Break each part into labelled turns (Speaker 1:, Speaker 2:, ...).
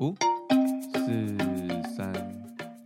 Speaker 1: 五、四、三、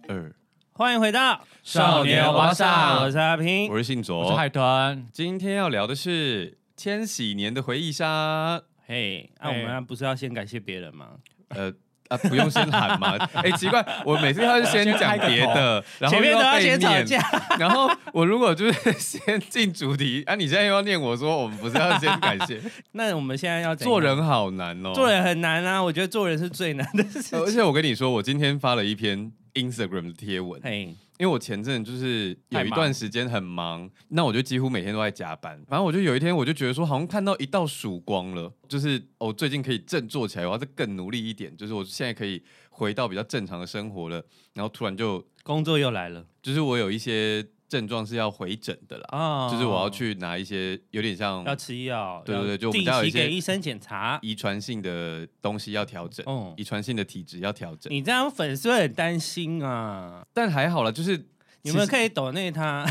Speaker 1: 二，
Speaker 2: 欢迎回到
Speaker 3: 少年欧巴桑
Speaker 2: 我是阿平
Speaker 1: 我。是信
Speaker 3: 我是
Speaker 1: 卓
Speaker 3: 海。豚，
Speaker 1: 今天要聊的是千禧年的回忆杀。
Speaker 2: 嘿，那我
Speaker 3: 嘿
Speaker 2: 们不是要先感谢别人吗？
Speaker 1: 呃。啊，不用先喊 嘛？哎、奇怪，我每次都是先讲别的，然后
Speaker 2: 前面
Speaker 1: 又
Speaker 2: 都
Speaker 1: 要
Speaker 2: 要
Speaker 1: 被
Speaker 2: 先吵
Speaker 1: 念
Speaker 2: 架，
Speaker 1: 然后我如果就是先进主题，啊，你现在又要念我说我们不是要先感 谢
Speaker 2: 那我们现在要怎样
Speaker 1: 做，人好难哦，
Speaker 2: 做人很难啊！我觉得做人是最难的事
Speaker 1: 呃。而
Speaker 2: 情。
Speaker 1: 且我跟你说，我今天发了一篇 Instagram 的贴文，
Speaker 2: 嘿，
Speaker 1: 因为我前阵就是有
Speaker 3: 太
Speaker 1: 一
Speaker 3: 忙
Speaker 1: 段时间很忙，那我就几乎每天都在加班。反正我就有一天，我就觉得说，好像看到一道曙光了，就是我、哦最近可以振作起来，我要再更努力一点，就是我现在可以回到比较正常的生活了。然后突然就，
Speaker 2: 工作又来了
Speaker 1: 就是我有一些症状是要回诊的啦，
Speaker 2: 啊
Speaker 1: 就是我要去拿一些有点像
Speaker 2: 要吃药，
Speaker 1: 对对对
Speaker 2: 要
Speaker 1: 就我们
Speaker 2: 定
Speaker 1: 家有一
Speaker 2: 期
Speaker 1: 些
Speaker 2: 给医生检查。
Speaker 1: 遗传性的东西要调整，
Speaker 2: 哦，
Speaker 1: 遗传性的体质要调整。
Speaker 2: 你这样粉丝会很担心啊！
Speaker 1: 但还好了，就是
Speaker 2: 你
Speaker 1: 其
Speaker 2: 们
Speaker 1: 实
Speaker 2: 可以抖内 他，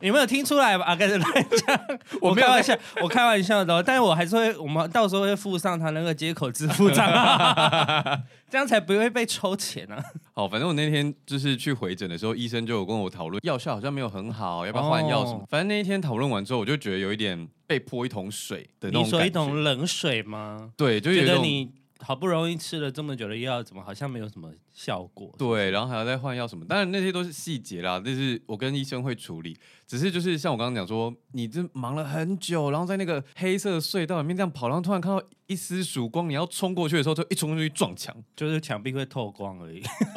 Speaker 2: 你们有听出来吧？啊，跟着乱讲，
Speaker 1: 我
Speaker 2: 我
Speaker 1: 没有
Speaker 2: 开
Speaker 1: 在
Speaker 2: 玩笑，我开玩笑的哦、但是我还是会，我们到时候会附上他那个接口支 付账号，这样才不会被抽钱啊！
Speaker 1: 好，哦反正我那天就是去回诊的时候，医生就有跟我讨论药效好像没有很好，要不要换药什么。
Speaker 2: 哦
Speaker 1: 反正那一天讨论完之后，我就觉得有一点被泼一桶水的那种感
Speaker 2: 你
Speaker 1: 觉。
Speaker 2: 说一桶冷水吗？
Speaker 1: 对，就有
Speaker 2: 觉
Speaker 1: 一
Speaker 2: 得
Speaker 1: 种
Speaker 2: 你好不容易吃了这么久的药，怎么好像没有什么效果？
Speaker 1: 对，然后还要再换药什么。当然那些都是细节啦，但是我跟医生会处理。只是就是像我刚刚讲说，你这忙了很久，然后在那个黑色的隧道里面这样跑，然后突然看到一丝曙光，你要冲过去的时候，就一冲出去撞 墙。
Speaker 2: 就是墙壁会透光 而已，
Speaker 1: 啊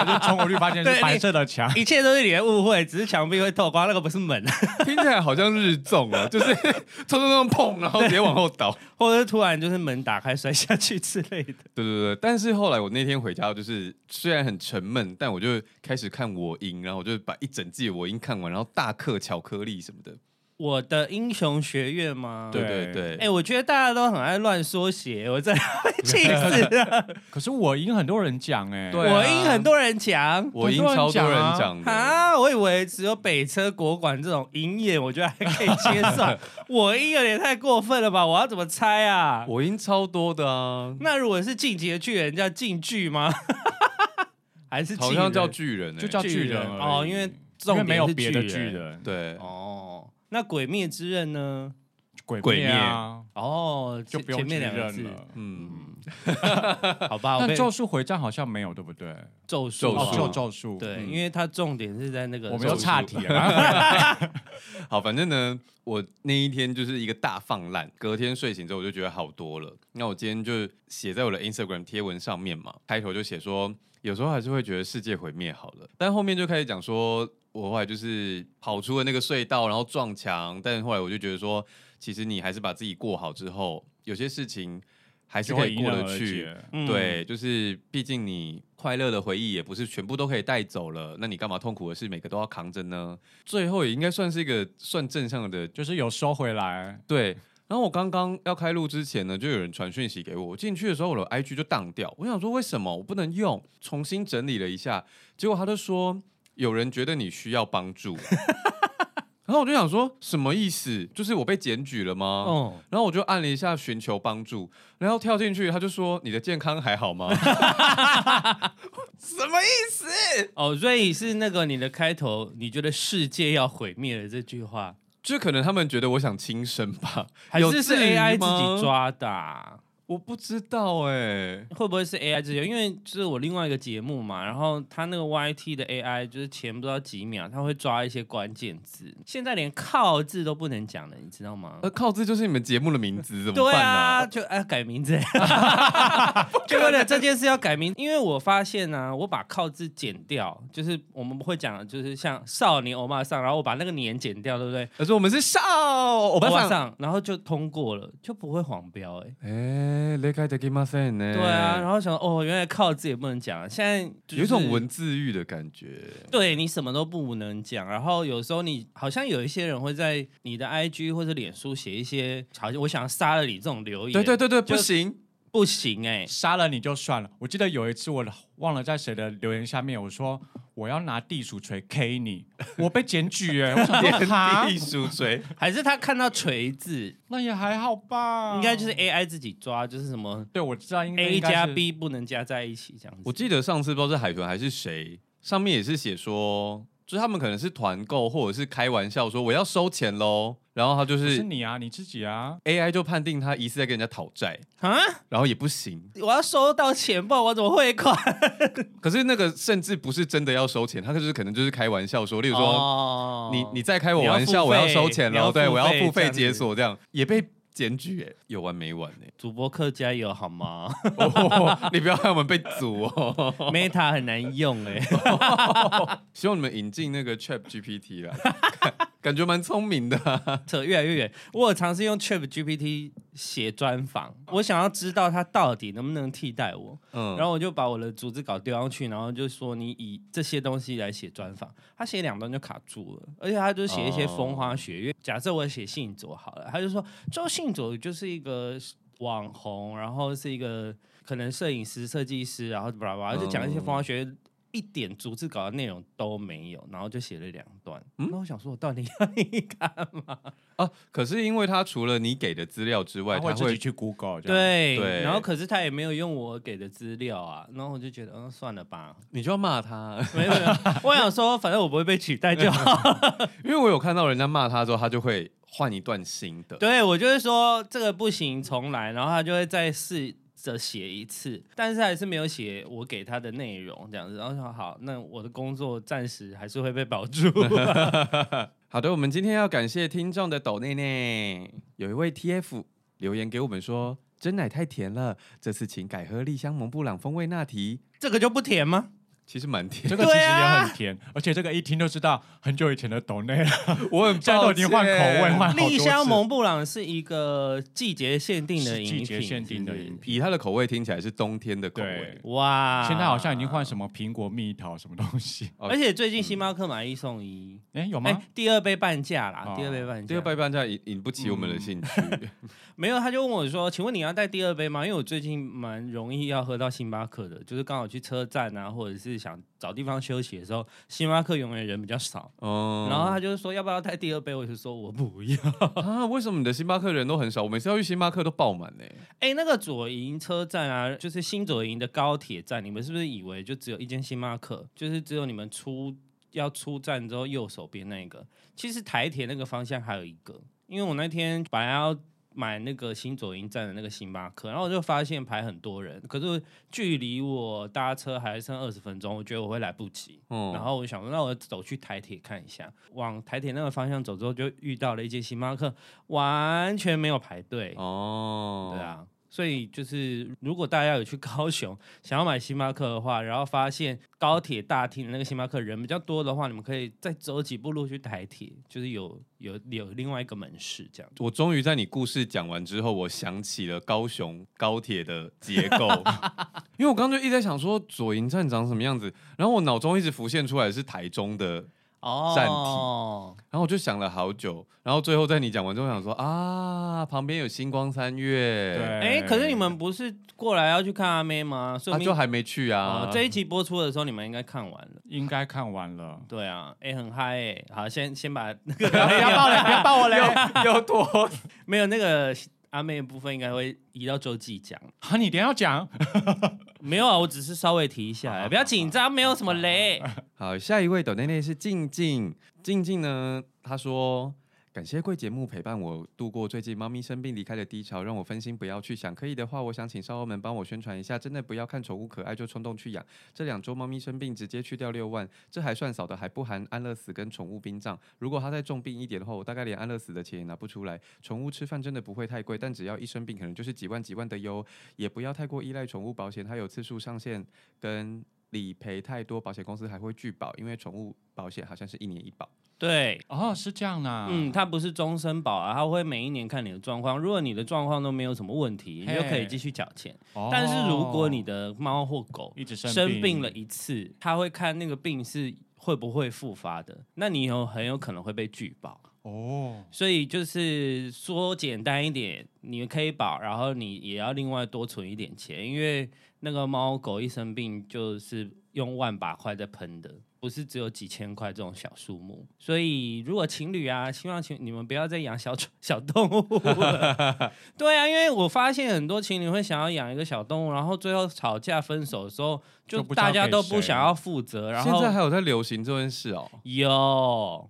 Speaker 3: 我就冲过去发现
Speaker 2: 对你
Speaker 3: 是白色的墙，
Speaker 2: 一切都是你的误会，只是墙壁会透光，那个不是门，啊
Speaker 1: 听起来好像日中哦，就是 冲冲冲砰，然后直接往后倒。
Speaker 2: 或者是突然就是门打开摔下去之类的。
Speaker 1: 对对对，但是后来我那天回家，就是虽然很沉闷，但我就开始看我英，然后我就把一整季的我英看完，然后大嗑巧克力什么的。
Speaker 2: 我的英雄学院吗？
Speaker 1: 对对
Speaker 3: 对
Speaker 1: 对，
Speaker 2: 哎、我觉得大家都很爱乱缩写， 我真的会气 死了。
Speaker 3: 可是我赢很多人讲哎，
Speaker 1: 对啊
Speaker 2: 我英很多人讲
Speaker 1: 我英超多人讲的，
Speaker 2: 啊，我以为只有北车国馆这种鹰眼，我觉得还可以接 受。我英有点太过分了吧？我要怎么猜啊？
Speaker 1: 我英超多的啊，
Speaker 2: 那如果是进击的巨人叫进巨吗？ 还是
Speaker 1: 好像
Speaker 2: 巨人
Speaker 1: 叫巨人、欸，
Speaker 3: 就叫巨人而已
Speaker 2: 哦因为重
Speaker 3: 因
Speaker 2: 点
Speaker 3: 为没有
Speaker 2: 是
Speaker 3: 别的
Speaker 2: 巨
Speaker 3: 巨
Speaker 2: 人
Speaker 3: 人，
Speaker 1: 对。
Speaker 2: 哦？那鬼灭之刃呢？
Speaker 3: 鬼
Speaker 1: 鬼灭
Speaker 3: 啊，
Speaker 2: 哦，
Speaker 3: 就不用
Speaker 2: 前
Speaker 3: 巨
Speaker 2: 面两个
Speaker 3: 人
Speaker 2: 字，
Speaker 3: 了。
Speaker 1: 嗯，
Speaker 2: 好吧？我
Speaker 3: 但
Speaker 2: 被
Speaker 3: 咒术回战好像没有，对不对？
Speaker 2: 咒
Speaker 1: 咒
Speaker 2: 术
Speaker 1: 术
Speaker 3: 哦，
Speaker 2: 嘛
Speaker 3: 就咒术，
Speaker 2: 对，
Speaker 3: 嗯
Speaker 2: 因为它重点是在那个
Speaker 3: 我们又
Speaker 2: 咒术
Speaker 3: 岔题了。
Speaker 1: 好，反正呢，我那一天就是一个大放烂，隔天睡醒之后我就觉得好多了。那我今天就写在我的 Instagram 贴文上面嘛，开头就写说，有时候还是会觉得世界毁灭好了，但后面就开始讲说，我后来就是跑出了那个隧道，然后撞墙，但后来我就觉得说，其实你还是把自己过好之后，有些事情还是
Speaker 3: 就
Speaker 1: 可
Speaker 3: 会
Speaker 1: 以
Speaker 3: 迎
Speaker 1: 过
Speaker 3: 刃
Speaker 1: 得
Speaker 3: 而
Speaker 1: 去。
Speaker 3: 解。
Speaker 2: 嗯
Speaker 1: 对，就是毕竟你快乐的回忆也不是全部都可以带走了，那你干嘛痛苦的事每个都要扛着呢？最后也应该算是一个算正向的，
Speaker 3: 就是有收回来，
Speaker 1: 对。然后我刚刚要开录之前呢，就有人传讯息给我，我进去的时候我的 IG 就当掉，我想说为什么我不能用？重新整理了一下，结果他就说有人觉得你需要帮助， 然后我就想说什么意思？就是我被检举了吗？
Speaker 2: 哦，
Speaker 1: 然后我就按了一下寻求帮助，然后跳进去，他就说：“你的健康还好吗？”什么意思？
Speaker 2: 哦，所以是那个你的开头，你觉得世界要毁灭了这句话，
Speaker 1: 就可能他们觉得我想轻生吧，
Speaker 2: 还
Speaker 1: 有
Speaker 2: 是是
Speaker 1: 至于
Speaker 2: AI
Speaker 1: 吗
Speaker 2: 自己？抓的啊、
Speaker 1: 我不知道哎、
Speaker 2: 会不会是 AI 自己？因为就是我另外一个节目嘛，然后他那个 YT 的 AI 就是前不知道几秒，他会抓一些关键字，现在连靠字都不能讲了，你知道吗？
Speaker 1: 呃，靠，这就是你们节目的名字，怎么
Speaker 2: 对
Speaker 1: 办
Speaker 2: 啊，？就哎、改 名字，就为了这件事要改名，因为我发现呢、我把靠字剪掉，就是我们会讲，就是像少年欧巴桑，然后我把那个年剪掉，对不对？
Speaker 1: 呃他说我们是少欧
Speaker 2: 欧
Speaker 1: 巴桑。
Speaker 2: 桑，然后就通过了，就不会黄标哎、
Speaker 1: 哎，雷开的 g a m 呢？
Speaker 2: 对啊，然后想哦，原来靠字也不能讲啊，现在、就是、
Speaker 1: 有一种文字狱的感觉。
Speaker 2: 对你什么都不能讲，然后有时候你好像有一些人会在你的 IG 或者脸书写一些，好像我想要杀了你这种留言，
Speaker 1: 对对对对，
Speaker 2: 就
Speaker 1: 不行，
Speaker 2: 不行哎、
Speaker 3: 杀了你就算了。我记得有一次我忘了在谁的留言下面，我说我要拿地鼠锤 K 你，我被检举哎、我想
Speaker 1: 点
Speaker 3: 说
Speaker 2: 啊
Speaker 3: 哈，
Speaker 1: 地鼠锤，
Speaker 2: 还是他看到锤子，
Speaker 3: 那也还好吧，
Speaker 2: 应该就是 AI 自己抓，就是什么
Speaker 3: 对我知道嗯应该
Speaker 2: A
Speaker 3: 应该是
Speaker 2: 加 B 不能加在一起这样
Speaker 1: 我
Speaker 2: 子。
Speaker 1: 记得上次不知道是海豚还是谁，上面也是写说，就是他们可能是团购或者是开玩笑说我要收钱喽，然后他就
Speaker 3: 不是
Speaker 1: 是
Speaker 3: 你啊，你自己啊，
Speaker 1: AI 就判定他疑似在跟人家讨债，
Speaker 2: 啊！
Speaker 1: 然后也不行。
Speaker 2: 我要收到钱，不然我怎么汇款？
Speaker 1: 可是那个甚至不是真的要收钱，他就是可能就是开玩笑说，例如说、
Speaker 2: 哦
Speaker 1: 你你再开我
Speaker 2: 你要
Speaker 1: 玩笑，
Speaker 2: 付
Speaker 1: 我要
Speaker 2: 费
Speaker 1: 收钱
Speaker 2: 你要
Speaker 1: 喽，对
Speaker 2: 付
Speaker 1: 我要
Speaker 2: 费
Speaker 1: 付
Speaker 2: 这
Speaker 1: 费
Speaker 2: 样
Speaker 1: 解
Speaker 2: 子
Speaker 1: 锁，这样也被检举哎，有完没完哎、
Speaker 2: 主播客加油好吗
Speaker 1: 哦， 你不要害我们被阻 哦！
Speaker 2: ？Meta 很难用 哎、
Speaker 1: 希望你们引进那个 Chat GPT 啦， 感觉蛮聪明的啊、
Speaker 2: 扯越来越远。我有尝试用 Chat GPT 写专访，我想要知道它到底能不能替代我，
Speaker 1: 嗯，
Speaker 2: 然后我就把我的组织稿丢上去，然后就说你以这些东西来写专访。他写两段就卡住了，而且他就写一些风花雪月。假设我写信卓好了，他就说周信卓就是一个网红，然后是一个可能摄影师、设计师，然后巴拉巴拉就讲一些风花雪月。一点逐字稿的内容都没有，然后就写了两段。那我想说，我到底要你干嘛？
Speaker 1: 啊，可是因为它除了你给的资料之外，
Speaker 3: 他
Speaker 1: 它
Speaker 3: 会自己
Speaker 1: 会
Speaker 3: 去 Google 这样。
Speaker 2: 对，
Speaker 1: 对
Speaker 2: 然后可是他也没有用我给的资料啊，然后我就觉得，嗯，算了吧，
Speaker 1: 你就要骂他，
Speaker 2: 没有，没有，我想说，反正我不会被取代就 好。
Speaker 1: 因为我有看到人家骂他之后，他就会换一段新的。
Speaker 2: 对我就会说这个不行，重来，然后他就会再试着写一次，但是还是没有写我给他的内容这样子。然后说好，那我的工作暂时还是会被保 住。
Speaker 1: 好的，我们今天要感谢听众的抖内内，有一位 TF 留言给我们说。真奶太甜了，这次请改喝丽香蒙布朗风味拿提，
Speaker 2: 这个就不甜吗？
Speaker 1: 其实蛮甜
Speaker 3: 这。个其实
Speaker 2: 对
Speaker 3: 也
Speaker 2: 啊
Speaker 3: 很甜，而且这个一听就知道很久以前的抖内了，
Speaker 1: 我很
Speaker 3: 现在都已经换口味，换好多
Speaker 2: 丽香
Speaker 3: 次
Speaker 2: 蒙布朗是一个季节限定的
Speaker 3: 是
Speaker 2: 饮
Speaker 3: 季
Speaker 2: 品，
Speaker 3: 节限定的
Speaker 2: 是不是
Speaker 3: 饮
Speaker 1: 以他的口味听起来是冬天的口味
Speaker 3: 对。
Speaker 2: 哇，
Speaker 3: 现在好像已经换什么苹果蜜桃什么东西，
Speaker 1: 哦
Speaker 2: 而且最近星巴克买一送一，
Speaker 3: 哎，有
Speaker 2: 哎、
Speaker 3: 吗？
Speaker 2: 第二杯半价啦，
Speaker 3: 哦
Speaker 2: 第二杯半价，
Speaker 1: 这个拜半价引引不起我们的兴趣，
Speaker 2: 没有，他就问我说：“请问你要带第二杯吗？”因为我最近蛮容易要喝到星巴克的，就是刚好去车站啊，或者是想找地方休息的时候，星巴克永远人比较少。
Speaker 1: 嗯，
Speaker 2: 然后他就说：“要不要带第二杯？”我就说：“我不要。
Speaker 1: 啊，为什么你的星巴克人都很少？我每次要去星巴克都爆满嘞、”
Speaker 2: 哎，那个左营车站啊，就是新左营的高铁站，你们是不是以为就只有一间星巴克？就是只有你们出要出站之后右手边那个？其实台铁那个方向还有一个，因为我那天本来要买那个新左营站的那个星巴克，然后我就发现排很多人，可是距离我搭车还剩二十分钟，我觉得我会来不及。
Speaker 1: 嗯，
Speaker 2: 然后我想说，那我走去台铁看一下。往台铁那个方向走之后，就遇到了一间星巴克，完全没有排队。
Speaker 1: 哦，
Speaker 2: 对，啊，所以就是如果大家有去 高雄想要买星巴克的话，然后发现高铁大厅的那个星巴克人比较多的话，你们可以再走几步路去台铁，就是有有有另外一个门市这样。
Speaker 1: 我终于在你故事讲完之后，我想起了高雄高铁的结 构，因为我刚刚就一直在想说左营站长什么样子，然后我脑中一直浮现出来是台中的。
Speaker 2: 哦，
Speaker 1: 然后我就想了好久，然后最后在你讲完之后，我想说啊，旁边有星光三月，
Speaker 3: 对
Speaker 2: 哎、可是你们不是过来要去看阿妹吗？所以
Speaker 1: 他、
Speaker 2: 我
Speaker 1: 啊、
Speaker 2: 们
Speaker 1: 就还没去啊。
Speaker 2: 哦这一集播出的时候，你们应该看完了。
Speaker 3: 应该看完了。
Speaker 2: 对啊，哎、很嗨哎、好，先先把那个
Speaker 3: 不要爆雷，不要爆我雷！
Speaker 1: 又多
Speaker 2: 没有那个阿妹的部分，应该会移到周记讲。
Speaker 3: 啊，你等一下要讲，
Speaker 2: 没有啊，我只是稍微提一下，不要紧张，没有什么雷。
Speaker 1: 好，下一位抖内内是静静，静静呢，她说。感谢贵节目陪伴我度过最近猫咪生病离开的低潮，让我分心不要去想。可以的话，我想请少欧们帮我宣传一下，真的不要看宠物可爱就冲动去养。这两周猫咪生病直接去掉六万，这还算少的，还不含安乐死跟宠物殡葬。如果它再重病一点的话，我大概连安乐死的钱也啊拿不出来。宠物吃饭真的不会太贵，但只要一生病，可能就是几万几万的哟。也不要太过依赖宠物保险，它有次数上限跟理赔太多，保险公司还会拒保，因为宠物保险好像是一年一保。
Speaker 2: 对，
Speaker 3: 哦，是这样啊，
Speaker 2: 嗯，它不是终身保啊，它会每一年看你的状况。如果你的状况都没有什么问题，你
Speaker 3: 嘿
Speaker 2: 就可以继续缴钱。
Speaker 3: 哦
Speaker 2: 但是如果你的猫或狗
Speaker 3: 一直
Speaker 2: 生病
Speaker 3: 病
Speaker 2: 了，一次，它会看那个病是会不会复发的，那你有很有可能会被拒保。
Speaker 3: 哦，
Speaker 2: 所以就是说简单一点，你可以保，然后你也要另外多存一点钱，因为那个猫狗一生病就是用万把块在喷的，不是只有几千块这种小数目。所以如果情侣啊，希望情你们不要再养小宠 小动物了。 对啊，因为我发现很多情侣会想要养一个小动物，然后最后吵架分手的时候，就
Speaker 3: 就不知道
Speaker 2: 大家
Speaker 3: 给
Speaker 2: 都不
Speaker 3: 谁
Speaker 2: 想要负责，然
Speaker 1: 现
Speaker 2: 后
Speaker 1: 在还有在流行这件事哦
Speaker 2: 有。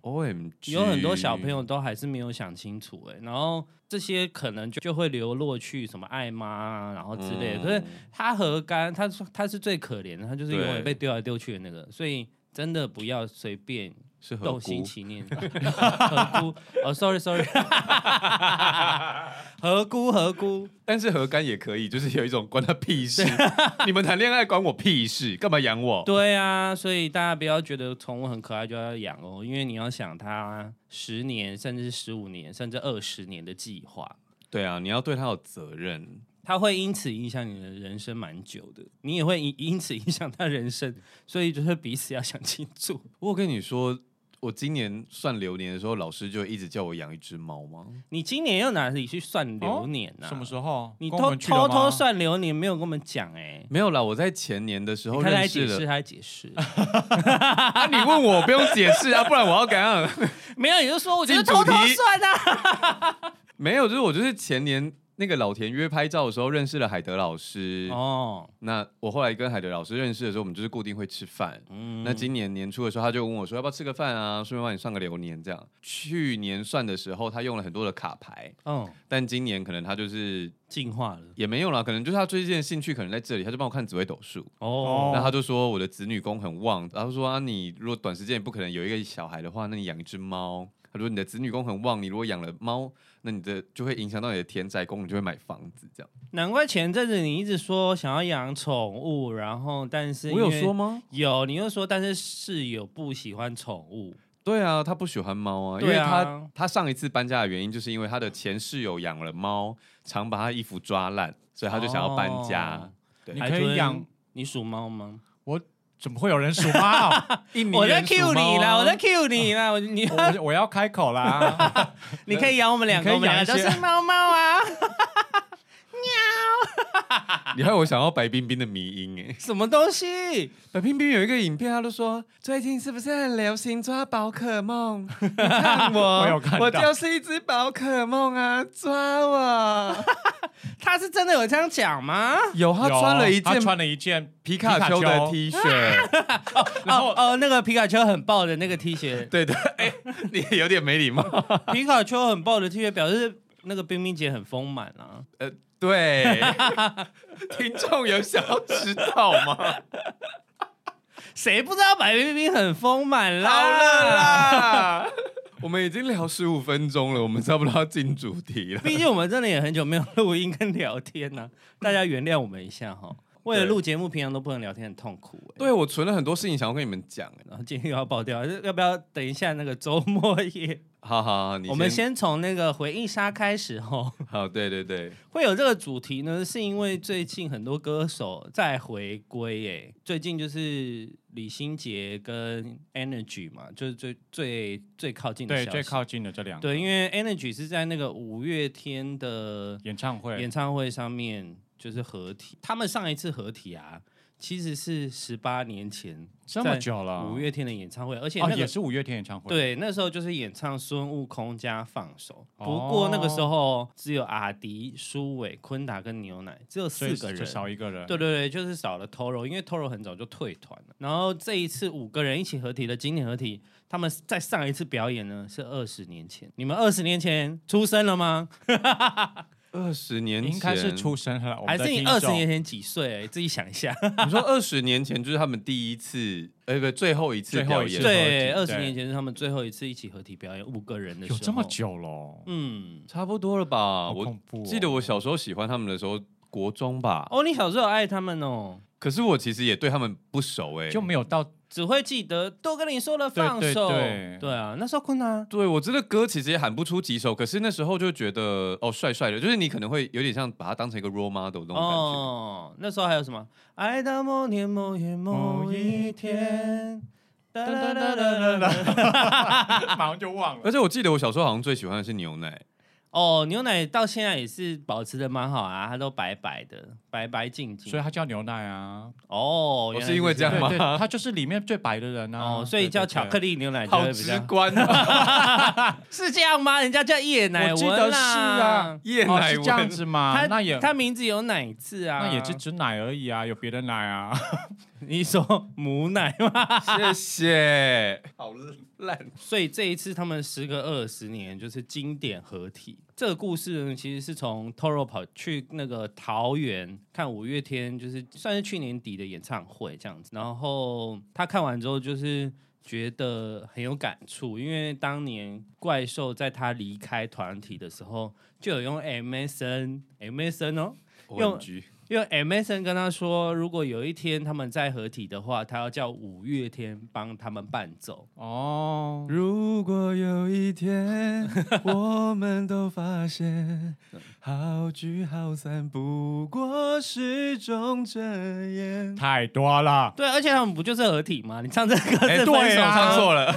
Speaker 1: ，O M G，
Speaker 2: 有很多小朋友都还是没有想清楚哎、然后这些可能就就会流落去什么爱妈啊，然后之
Speaker 3: 嗯
Speaker 1: 嗯
Speaker 2: 类的。可是他何干？他是他是最可怜的，他就是永远
Speaker 1: 对
Speaker 2: 被丢来丢去的那个。所以真的不要随便
Speaker 1: 是合
Speaker 2: 动
Speaker 1: 姑
Speaker 2: 心起念，何姑哦，sorry sorry，何姑何姑，
Speaker 1: 但是何干也可以，就是有一种关他 屁事，你们谈恋爱关我屁事，干嘛养我？
Speaker 2: 对啊，所以大家不要觉得宠物很可爱就要养哦，因为你要想它十年甚至十五年甚至二十年的计划。
Speaker 1: 对啊，你要对他有责任。
Speaker 2: 它会因此影响你的人生蛮久的，你也会因因此影响他人生，所以就是彼此要想清楚。
Speaker 1: 我跟你说，我今年算流年的时候，老师就一直叫我养一只猫吗？
Speaker 2: 你今年又哪里去算流年呢、啊
Speaker 3: 什么时候？
Speaker 2: 你
Speaker 3: 跟我
Speaker 2: 偷
Speaker 3: 们去了
Speaker 2: 偷
Speaker 3: 吗
Speaker 2: 偷算流年，没有跟我们讲哎、
Speaker 1: 没有啦，我在前年的时
Speaker 2: 你
Speaker 1: 候
Speaker 2: 看他在
Speaker 1: 认
Speaker 2: 解
Speaker 1: 识
Speaker 2: 释，
Speaker 1: 了。
Speaker 2: 他在解释，
Speaker 1: 啊，你问我不用解释啊，不然我要怎样？
Speaker 2: 没有，你就说我就是
Speaker 1: 进
Speaker 2: 偷
Speaker 1: 主
Speaker 2: 偷
Speaker 1: 题
Speaker 2: 算啊。
Speaker 1: 没有，就是我就是前年那个老田约拍照的时候认识了海德老师。
Speaker 2: 哦，
Speaker 1: 那我后来跟海德老师认识的时候，我们就是固定会吃饭。
Speaker 2: 嗯，
Speaker 1: 那今年年初的时候，他就问我说要不要吃个饭啊，顺便帮你算个流年这样。去年算的时候，他用了很多的卡牌，
Speaker 2: 嗯，
Speaker 1: 但今年可能他就是
Speaker 2: 进化了
Speaker 1: 也没用了，可能就是他最近的兴趣可能在这里，他就帮我看紫微斗数。
Speaker 2: 哦
Speaker 1: 那他就说我的子女宫很旺，然后说啊，你如果短时间也不可能有一个小孩的话，那你养一只猫。他说你的子女宫很旺，你如果养了猫，那你的就会影响到你的田宅宫，你就会买房子这样。
Speaker 2: 难怪前阵子你一直说想要养宠物，然后但是
Speaker 1: 我有
Speaker 2: 因为
Speaker 1: 说吗？
Speaker 2: 有，你又说但是室友不喜欢宠物，
Speaker 1: 对啊，他不喜欢猫啊，因
Speaker 2: 对
Speaker 1: 为
Speaker 2: 啊
Speaker 1: 他、他上一次搬家的原因，就是因为他的前室友养了猫，常把他衣服抓烂，所以他就想要搬家。
Speaker 2: 哦
Speaker 1: 对
Speaker 3: 你
Speaker 2: 海
Speaker 3: 可以
Speaker 2: 豚
Speaker 3: 养，
Speaker 2: 你属猫吗？
Speaker 3: 怎么会有人数猫？
Speaker 1: 印尼
Speaker 2: 我在
Speaker 1: 人属
Speaker 2: Q
Speaker 1: 猫啊
Speaker 2: 你啦，我在 Q 你啦，我你
Speaker 3: 我我要开口啦！
Speaker 2: 你可以养我们两
Speaker 3: 哦你可
Speaker 2: 个，
Speaker 3: 以
Speaker 2: 我们两个都
Speaker 3: 养一些
Speaker 2: 是猫猫啊。
Speaker 1: 你害我想要白冰冰的迷音 哎、
Speaker 2: 什么东西？
Speaker 1: 白冰冰有一个影片，他就说最近是不是很流行抓宝可梦？你看我，
Speaker 3: 我有看
Speaker 1: 哦
Speaker 3: 到
Speaker 1: 我就是一只宝可梦啊，抓 我！
Speaker 2: 他是真的有这样讲吗？
Speaker 1: 有啊他穿了一
Speaker 3: 有他
Speaker 1: 件
Speaker 3: 穿了一件
Speaker 1: 皮卡丘的 T 恤，
Speaker 3: 然后
Speaker 2: 哦哦，那个皮卡丘很爆的那个 T 恤，
Speaker 1: 对的，哎、你有点没礼 貌。
Speaker 2: 皮卡丘很爆的 T 恤表示那个冰冰姐很丰满啊。
Speaker 1: 呃，对， 听众有想要知道吗？
Speaker 2: 谁不知道白冰冰很丰满
Speaker 1: 好
Speaker 2: 啦？
Speaker 1: 了，
Speaker 3: 啊
Speaker 1: 啦， 我们已经聊十五分钟了，我们差不多要进主题了。
Speaker 2: 毕竟我们真的也很久没有录音跟聊天呐、大家原谅我们一下哈。为了
Speaker 1: 对
Speaker 2: 录节目，平常都不能聊天，很痛苦、欸。
Speaker 1: 对，我存了很多事情想要跟你们讲、哎
Speaker 2: 然后今天又要爆掉，要不要等一下那个周末夜？
Speaker 1: 好好好，你
Speaker 2: 我们先从那个回忆杀开始哦。
Speaker 1: 好，对对对，
Speaker 2: 会有这个主题呢，是因为最近很多歌手在回归耶。最近就是李心洁跟 Energy 嘛，就是最最最靠近的
Speaker 3: 对
Speaker 2: 消息
Speaker 3: 最靠近的嗯这两个
Speaker 2: 对，因为 Energy 是在那个五月天的
Speaker 3: 演唱会
Speaker 2: 演唱会上面就是合体，他们上一次合体啊，其实是十八年前
Speaker 3: 这么久了，
Speaker 2: 五月天的演唱会，而且
Speaker 3: 哦
Speaker 2: 那个
Speaker 3: 也是五月天演唱会，
Speaker 2: 对，那时候就是演唱孙悟空加放手，不
Speaker 3: 哦
Speaker 2: 过那个时候只有阿迪、苏伟、坤达跟牛奶，只有
Speaker 3: 所
Speaker 2: 四
Speaker 3: 以
Speaker 2: 个
Speaker 3: 就
Speaker 2: 人。
Speaker 3: 少一个人，
Speaker 2: 对对对，就是少了 Toro，因为 Toro 很早就退团了。然后这一次五个人一起合体的经典合体，他们在上一次表演呢是二十年前。你们二十年前出生了吗？
Speaker 1: 二十年前
Speaker 3: 应该是出生了，我
Speaker 2: 还
Speaker 3: 们的
Speaker 2: 是你
Speaker 3: 听
Speaker 2: 二
Speaker 3: 众
Speaker 2: 十年前几岁、自己想一下。
Speaker 1: 你说二十年前就是他们第一次，哎、不，最后一次
Speaker 3: 最后
Speaker 1: 表
Speaker 3: 一次
Speaker 1: 演，
Speaker 2: 对，
Speaker 3: 合
Speaker 2: 二
Speaker 3: 体
Speaker 2: 十
Speaker 3: 对
Speaker 2: 年前是他们最后一次一起合体表演五个人的时
Speaker 3: 有
Speaker 2: 候。
Speaker 3: 这么？久了哦，
Speaker 2: 嗯。
Speaker 1: 差不多了吧？
Speaker 3: 好
Speaker 1: 啊我
Speaker 3: 恐怖哦！
Speaker 1: 记得我小时候喜欢他们的时候，国中吧。
Speaker 2: 哦，你小时候有爱他们哦。
Speaker 1: 可是我其实也对他们不熟哎、
Speaker 3: 就没有到
Speaker 2: 只会记得都跟你说了放手，
Speaker 3: 对对对
Speaker 2: 啊，那时候困难，
Speaker 1: 对我真的歌其实也喊不出几首，可是那时候就觉得哦帅帅的，就是你可能会有点像把他当成一个 role model 那种感觉。
Speaker 2: 哦，那时候还有什么？爱到某年某月某一天，哒哒哒哒哒哒，
Speaker 3: 马上就忘了。
Speaker 1: 而且我记得我小时候好像最喜欢的是牛奶，
Speaker 2: 哦，牛奶到现在也是保持的蛮好啊，它都白白的，白白净净。
Speaker 3: 所以它叫牛奶啊，
Speaker 2: 哦，
Speaker 1: 我
Speaker 2: 原来
Speaker 1: 是因为这样
Speaker 3: 对
Speaker 1: 吗？
Speaker 3: 对，它就是里面最白的人啊，
Speaker 2: 哦，所以叫巧克
Speaker 3: 力。
Speaker 2: 力牛奶就
Speaker 1: 好
Speaker 2: 会比
Speaker 1: 直
Speaker 2: 较
Speaker 1: 观啊，
Speaker 2: 是这样吗？人家叫夜奶
Speaker 3: 我
Speaker 2: 文
Speaker 3: 记
Speaker 2: 啦，
Speaker 3: 得是啊
Speaker 1: 夜
Speaker 3: 哦，
Speaker 1: 奶
Speaker 3: 是这样
Speaker 1: 文
Speaker 3: 子嘛
Speaker 2: 它？
Speaker 3: 那也
Speaker 2: 它名字有奶字啊，
Speaker 3: 那也是只奶而已啊，有别的奶啊。
Speaker 2: 你说母奶吗？
Speaker 1: 谢谢，好烂，
Speaker 2: 所以这一次他们时隔二十年，就是经典合体。这个故事呢，其实是从 Toro 跑去那个桃园看五月天，就是算是去年底的演唱会这样子。然后他看完之后，就是觉得很有感触，因为当年怪兽在他离开团体的时候，就有用 MSN MSN 哦，用
Speaker 1: OMG
Speaker 2: 因为 MSN 跟他说，如果有一天他们再合体的话，他要叫五月天帮他们伴奏。
Speaker 3: 哦，
Speaker 1: 如果有一天我们都发 现，好聚好散不过是种遮掩。
Speaker 3: 太多了。
Speaker 2: 对，而且他们不就是合体吗？你唱 这个是分
Speaker 1: 哎，
Speaker 2: 手
Speaker 1: 对啊，
Speaker 2: 唱
Speaker 1: 唱
Speaker 2: 错
Speaker 1: 错 了。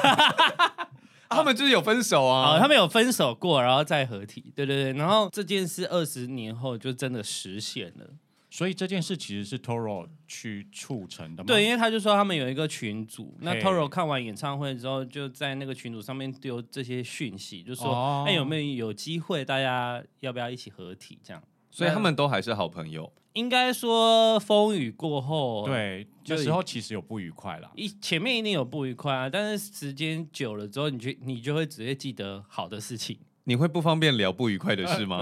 Speaker 1: 他们就是有分手
Speaker 2: 哦，
Speaker 1: 啊，
Speaker 2: 他们有分手过，然后再合体。对对对，然后这件事二十年后就真的实现了。
Speaker 3: 所以这件事其实是 Toro 去促成的嘛？
Speaker 2: 对，因为他就说他们有一个群组，那
Speaker 3: 嘿
Speaker 2: Toro 看完演唱会之后，就在那个群组上面丢这些讯息，就说：“哎、
Speaker 3: 哦
Speaker 2: 有没有有机会，大家要不要一起合体？”这样，
Speaker 1: 所以他们
Speaker 2: 啊
Speaker 1: 都还是好朋友。
Speaker 2: 应该说风雨过后，
Speaker 3: 对，
Speaker 2: 就
Speaker 3: 这时候其实有不愉快啦。
Speaker 2: 一前面一定有不愉快啊，但是时间久了之后，你就你就会直接记得好的事情。
Speaker 1: 你会不方便聊不愉快的事 吗？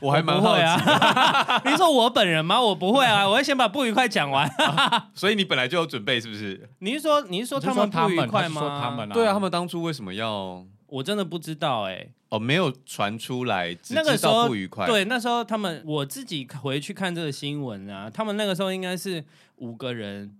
Speaker 1: 我还蛮
Speaker 2: 不
Speaker 1: 好
Speaker 2: 会
Speaker 1: 奇，
Speaker 2: 啊。 你说我本人吗？我不会啊，我会先把不愉快讲完。
Speaker 1: 所以你本来就有准备是不是？
Speaker 2: 你是说你是说
Speaker 3: 你就
Speaker 2: 他
Speaker 3: 说
Speaker 2: 们
Speaker 3: 他
Speaker 2: 不愉
Speaker 3: 们，他
Speaker 2: 快
Speaker 3: 是
Speaker 2: 吗？
Speaker 3: 说他们，啊，
Speaker 1: 对啊，他们当初为什么要
Speaker 2: 我真的不知道哎、
Speaker 1: 哦没有传出来，只
Speaker 2: 那个
Speaker 1: 知
Speaker 2: 时候
Speaker 1: 道不愉快？，
Speaker 2: 对，那时候他们我自己回去看这个新闻啊，他们那个时候应该是五个人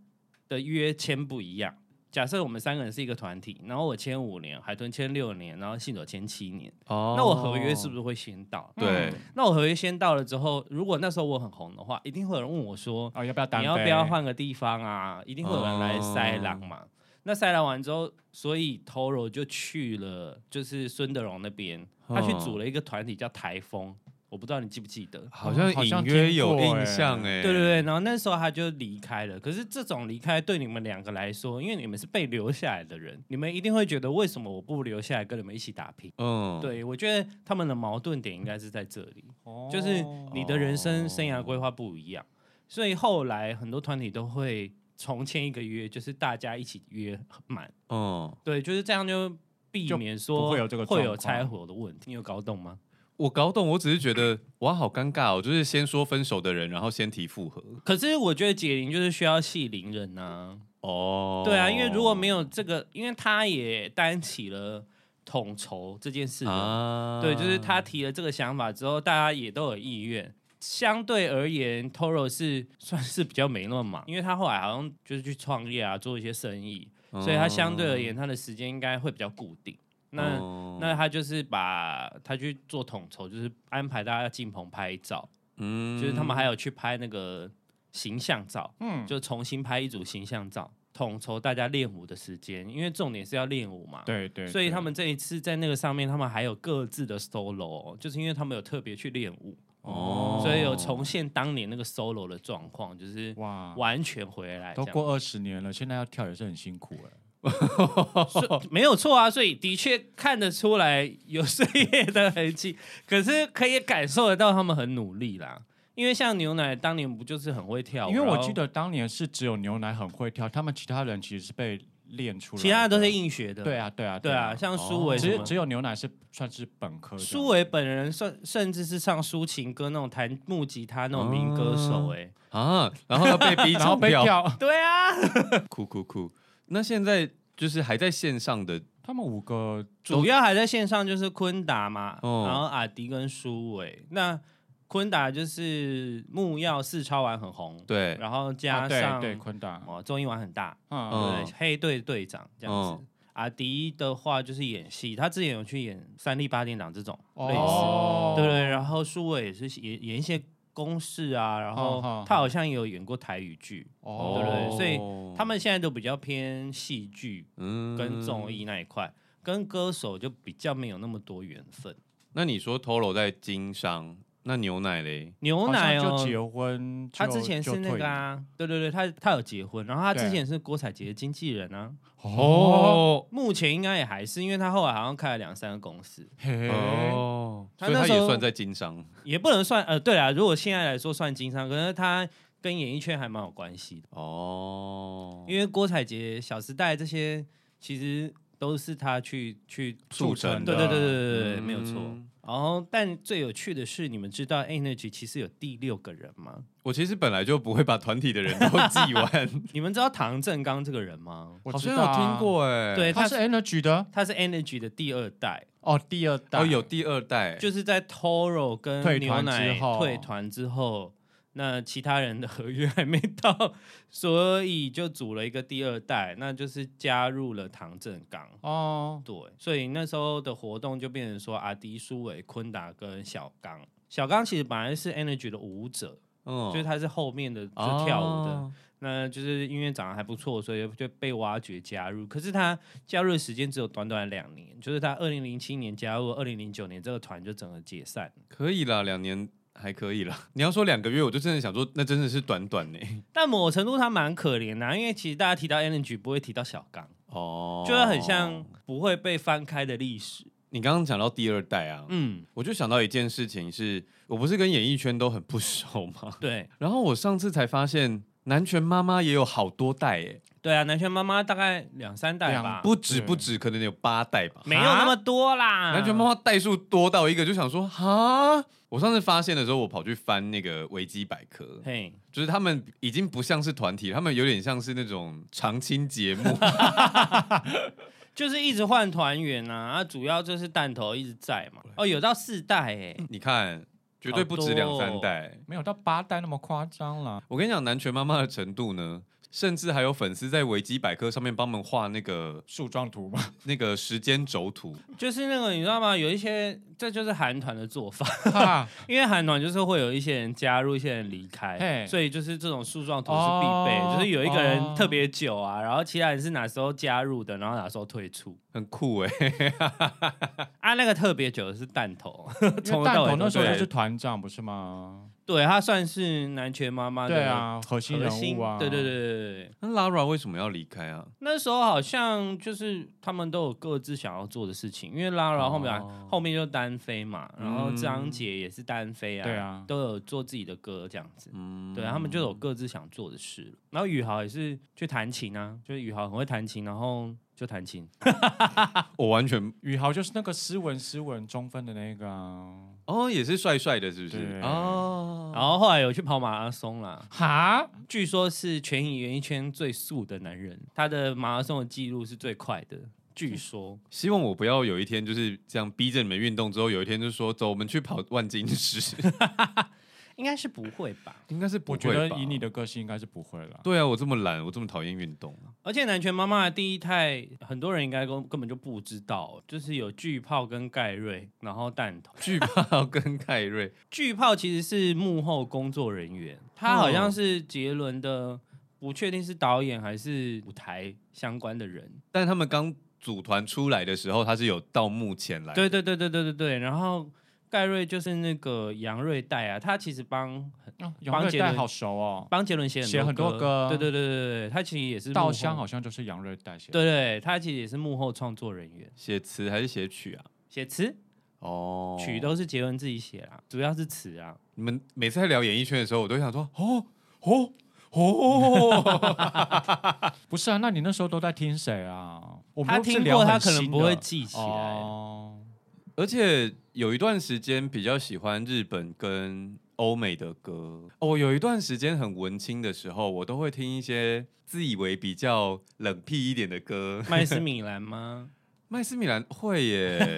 Speaker 2: 的约签不一样。假设我们三个人是一个团体，然后我签五年，海豚签六年，然后信手签七年，
Speaker 1: 哦
Speaker 2: 那我合约是不嗯是会先到？
Speaker 1: 对
Speaker 2: 那我合约先到了之后，如果那时候我很红的话，一定会有人问我说：“
Speaker 3: 哦，要不要单
Speaker 2: 你
Speaker 3: 飞？
Speaker 2: 要不要换个地方啊？一定会有人来塞狼嘛。那塞狼完之后，所以 Toro 就去了，就是孙德荣那边，他去组了一个团体叫台风，我不知道你记不记得。
Speaker 1: 好像
Speaker 3: 好
Speaker 1: 隐
Speaker 3: 像
Speaker 1: 约
Speaker 3: 听
Speaker 1: 有
Speaker 3: 过
Speaker 1: 印
Speaker 3: 欸
Speaker 1: 象哎、
Speaker 2: 对对对，然后那时候他就离开了。可是这种离开对你们两个来说，因为你们是被留下来的人，你们一定会觉得为什么我不留下来跟你们一起打拼？
Speaker 1: 嗯，
Speaker 2: 对我觉得他们的矛盾点应该是在这里。
Speaker 3: 哦？
Speaker 2: 就是你的人生生涯规划不一样，所以后来很多团体都会重签一个约，就是大家一起约满，
Speaker 1: 嗯，
Speaker 2: 对，就是这样就避
Speaker 3: 就
Speaker 2: 免说
Speaker 3: 不会有这个
Speaker 2: 会有
Speaker 3: 状况
Speaker 2: 拆伙的问题。你有搞懂吗？
Speaker 1: 我搞懂，我只是觉得哇，好尴尬哦，就是先说分手的人，然后先提复合
Speaker 2: 可是我觉得解铃就是需要系铃人呐、
Speaker 1: 哦，
Speaker 2: 对啊，因为如果没有这个，因为他也担起了统筹这件事了
Speaker 1: 啊
Speaker 2: 对，就是他提了这个想法之后，大家也都有意愿。相对而言，Toro 是算是比较没那么忙，因为他后来好像就是去创业啊，做一些生意，
Speaker 1: 嗯，
Speaker 2: 所以他相对而言他的时间应该会比较固定。那、
Speaker 1: 嗯
Speaker 2: 那他就是把他去做统筹，就是安排大家进棚拍照，
Speaker 1: 嗯
Speaker 2: 就是他们还有去拍那个形象照，
Speaker 3: 嗯，
Speaker 2: 就重新拍一组形象照，统筹大家练舞的时间，因为重点是要练舞嘛。
Speaker 3: 对对，
Speaker 2: 所以
Speaker 3: 对
Speaker 2: 他们这一次在那个上面，他们还有各自的 solo，哦就是因为他们有特别去练舞，
Speaker 1: 哦
Speaker 2: 所以有重现当年那个 solo 的状况，就是
Speaker 3: 哇，
Speaker 2: 完全回来这
Speaker 3: 都
Speaker 2: 样。
Speaker 3: 过二十年了，现在要跳也是很辛苦哎。
Speaker 2: 所 以没有错啊，所以的确看得出来有岁月的痕迹，可是可以感受得到他们很努力啦。因为像牛奶当年不就是很会跳舞，
Speaker 3: 因为我
Speaker 2: 然后
Speaker 3: 记得当年是只有牛奶很会跳，他们其他人其实是被练出来的，
Speaker 2: 其他的都是硬学的，
Speaker 3: 对啊对啊
Speaker 2: 对啊，像苏伟什
Speaker 3: 只
Speaker 2: 么
Speaker 3: 只有牛奶是算是本科的，
Speaker 2: 苏伟本人甚甚至是唱抒情歌那种弹木吉他那种民歌
Speaker 3: 哦
Speaker 2: 手、哎、
Speaker 1: 啊，然后他被 逼
Speaker 3: 然后
Speaker 1: 唱
Speaker 3: 被
Speaker 1: 票，
Speaker 3: 跳，
Speaker 2: 对啊，
Speaker 1: 哭哭哭。那现在就是还在线上的
Speaker 3: 他们五个
Speaker 2: 主要还在线上就是昆达嘛，
Speaker 1: 哦
Speaker 2: 然后阿迪跟苏伟。那昆达就是木曜四超玩很红，，
Speaker 1: 对，
Speaker 2: 然后
Speaker 3: 啊
Speaker 2: 加
Speaker 3: 对
Speaker 2: 上、
Speaker 3: 对昆达，
Speaker 2: 哦综艺玩很大，
Speaker 3: 嗯，
Speaker 1: 嗯
Speaker 2: 对，黑队队长这样子。
Speaker 1: 嗯
Speaker 2: 阿迪的话就是演戏，他之前有去演《三立八点档》这种类似，
Speaker 3: 哦
Speaker 2: 对对。然后苏伟也是演演一些公式啊，然后
Speaker 3: 哦哦
Speaker 2: 他好像也有演过台语剧，
Speaker 3: 哦，
Speaker 2: 对对所以
Speaker 1: 以
Speaker 2: 他们现在都比较偏戏剧
Speaker 1: 嗯
Speaker 3: 嗯
Speaker 2: 跟综艺那一块，跟歌手就比较没有那么多缘分。
Speaker 1: 那你说 Toro 在经商，那牛奶嘞？
Speaker 2: 牛
Speaker 3: 好
Speaker 2: 奶
Speaker 3: 像
Speaker 2: 哦
Speaker 3: 就，结婚，
Speaker 2: 他
Speaker 3: 就
Speaker 2: 之前
Speaker 3: 就是
Speaker 2: 那
Speaker 3: 退
Speaker 2: 个啊，对对对，他他有结婚，然后他之
Speaker 3: 对
Speaker 2: 前是郭采洁的经纪人啊，
Speaker 3: 哦，
Speaker 2: 目前应该也还是，因为他后来好像开了两三个公司，
Speaker 3: 嘿，
Speaker 1: 哦，
Speaker 2: 他
Speaker 1: 所以
Speaker 2: 那
Speaker 1: 他
Speaker 2: 时候
Speaker 1: 也算在经商。
Speaker 2: 也不能算呃，对啊，如果现在来说算经商，可是他跟演艺圈还蛮有关系的，
Speaker 1: 哦，
Speaker 2: 因为郭采洁、小时代这些其实都是他去去
Speaker 1: 促成
Speaker 2: 对
Speaker 1: 的
Speaker 2: 对对对对对对，没有错
Speaker 1: 嗯。
Speaker 2: 然后，但最有趣的是，你们知道 Energy 其实有第六个人吗？
Speaker 1: 我其实本来就不会把团体的人都 记完，
Speaker 2: 你们知道唐振刚这个人吗？
Speaker 3: 我
Speaker 1: 好
Speaker 3: 知
Speaker 1: 像
Speaker 3: 道啊
Speaker 1: 有听，过哎。
Speaker 2: 对
Speaker 3: 他是 Energy 的
Speaker 2: 他是 Energy 的第二代，
Speaker 3: 哦，第二代
Speaker 1: 哦，有第二代，
Speaker 2: 就是在 Toro 跟
Speaker 3: 退
Speaker 2: 牛
Speaker 3: 团之
Speaker 2: 奶
Speaker 3: 后
Speaker 2: 退团之后，那其他人的合约还没到，所以就组了一个第二代，那就是加入了唐振刚。
Speaker 3: 哦，
Speaker 2: 对，所以那时候的活动就变成说阿迪、苏伟、坤达跟小刚。小刚其实本来是 Energy 的舞者，
Speaker 1: 嗯
Speaker 2: 就是他是后面的，就是
Speaker 1: 哦
Speaker 2: 跳舞的。那就是因为长得还不错，所以就被挖掘加入。可是他加入的时间只有短短两年，就是他二零零七年加入，二零零九年这个团就整个解散了。
Speaker 1: 可以啦，两年还可以啦。 你要说两个月，我就真的想说，那真的是短短 呢、
Speaker 2: 但某程度他蛮可怜的啊、因为其实大家提到 Energy 不会提到小刚，
Speaker 1: 哦，嗯
Speaker 2: 就是很像不会被翻开的历史。
Speaker 1: 你刚刚讲到第二代啊，
Speaker 2: 嗯，
Speaker 1: 我就想到一件事情是，我不是跟演艺圈都很不熟吗？
Speaker 2: 对
Speaker 1: 然后我上次才发现，南拳妈妈也有好多代耶、
Speaker 2: 对啊，南拳妈妈大概两三代
Speaker 3: 两
Speaker 2: 吧，
Speaker 1: 不止
Speaker 3: 对
Speaker 1: 不止，可能有八代吧。
Speaker 2: 啊没有那么多啦。
Speaker 1: 啊南拳妈妈代数多到一个，就想说哈。我上次发现的时候，我跑去翻那个维基百科，
Speaker 2: 嘿，
Speaker 1: 就是他们已经不像是团体，他们有点像是那种常青节目，
Speaker 2: 就是一直换团员啊，啊主要就是弹头一直在嘛。哦，有到四代哎、
Speaker 1: 你看，绝对不止两三
Speaker 2: 哦
Speaker 1: 代。
Speaker 3: 没有到八代那么夸张啦。
Speaker 1: 我跟你讲，南拳妈妈的程度呢，甚至还有粉丝在维基百科上面帮忙画那个
Speaker 3: 树状图嘛，
Speaker 1: 那个时间轴图。
Speaker 2: 就是那个你知道吗？有一些这就是韩团的做法，
Speaker 3: 哈
Speaker 2: 因为韩团就是会有一些人加入，一些人离开，
Speaker 3: 嘿
Speaker 2: 所以就是这种树状图是必备，
Speaker 3: 哦
Speaker 2: 就是有一个人
Speaker 3: 哦
Speaker 2: 特别久啊，然后其他人是哪时候加入的，然后哪时候退出。
Speaker 1: 很酷哎、
Speaker 2: 啊，那个特别久的是弹头，
Speaker 3: 因
Speaker 2: 从头
Speaker 3: 为
Speaker 2: 到
Speaker 3: 蛋
Speaker 2: 尾
Speaker 3: 头
Speaker 2: 都
Speaker 3: 那时候就
Speaker 2: 对
Speaker 3: 是团长不是吗？
Speaker 2: 对他算是南拳妈妈的
Speaker 3: 对啊，核心
Speaker 2: 核
Speaker 3: 人
Speaker 2: 心
Speaker 3: 物啊，
Speaker 2: 对对对对对对。
Speaker 1: 那 Lara 为什么要离开啊？
Speaker 2: 那时候好像就是他们都有各自想要做的事情，因为拉拉后面、
Speaker 1: 哦
Speaker 2: 后面就单飞嘛，然后
Speaker 1: 嗯
Speaker 2: 张姐也是单飞啊，
Speaker 3: 对啊
Speaker 2: 都有做自己的歌这样子。
Speaker 1: 嗯，
Speaker 2: 对啊他们就有各自想做的事了。然后宇豪也是去弹琴啊，就是宇豪很会弹琴，然后就弹琴。
Speaker 1: 我完全
Speaker 3: 宇豪就是那个斯文斯文中分的那个啊，
Speaker 1: 哦，也是帅帅的，是不是？
Speaker 3: 对
Speaker 1: 哦，
Speaker 2: 然后后来有去跑马拉松啦，
Speaker 3: 哈，
Speaker 2: 据说是全影演艺圈最速的男人，他的马拉松的记录是最快的。据说，
Speaker 1: 希望我不要有一天就是这样逼着你们运动之后，有一天就说走，我们去跑万金石，
Speaker 2: 应该是不会吧？
Speaker 1: 应该是不
Speaker 3: 我
Speaker 1: 会
Speaker 3: 觉得
Speaker 1: 吧
Speaker 3: 以你的个性应该是不会了。
Speaker 1: 对啊，我这么懒，我这么讨厌运 动，
Speaker 2: 而且南拳妈妈的第一代，很多人应该根根本就不知道，就是有巨炮跟盖瑞，然后弹头。
Speaker 1: 惧怕跟凯瑞。
Speaker 2: 巨炮其实是幕后工作人员，他好
Speaker 3: 嗯
Speaker 2: 像是杰伦的，不确定是导演还是舞台相关的人。
Speaker 1: 但他们刚组团出来的时候，他是有到目前来，
Speaker 2: 对对对对对对对。然后盖瑞就是那个杨瑞代啊，他其实帮
Speaker 3: 啊，
Speaker 2: 帮
Speaker 3: 杨瑞
Speaker 2: 杰
Speaker 3: 代
Speaker 2: 伦
Speaker 3: 好熟哦，
Speaker 2: 帮杰伦写
Speaker 3: 写
Speaker 2: 很
Speaker 3: 很多歌
Speaker 2: 对对对对对，他其实也是幕后
Speaker 3: 稻香好像就是杨瑞代写的。
Speaker 2: 对对，他其实也是幕后创作人员，
Speaker 1: 写词还是写曲啊？
Speaker 2: 写词
Speaker 1: 哦，
Speaker 2: 曲都是杰伦自己写啦，主要是词啊。
Speaker 1: 你们每次在聊演艺圈的时候，我都想说，哦哦哦，
Speaker 3: 不是啊，那你那时候都在听谁啊？我们
Speaker 2: 他
Speaker 3: 又不是
Speaker 2: 听
Speaker 3: 聊
Speaker 2: 过，他
Speaker 3: 很
Speaker 2: 可能
Speaker 3: 新
Speaker 2: 不会
Speaker 3: 的
Speaker 2: 记起来。
Speaker 3: 哦，
Speaker 1: 而且有一段时间比较喜欢日本跟欧美的歌。哦，有一段时间很文青的时候，我都会听一些自以为比较冷僻一点的歌。
Speaker 2: 麦斯米兰吗？
Speaker 1: 麦斯米兰会耶，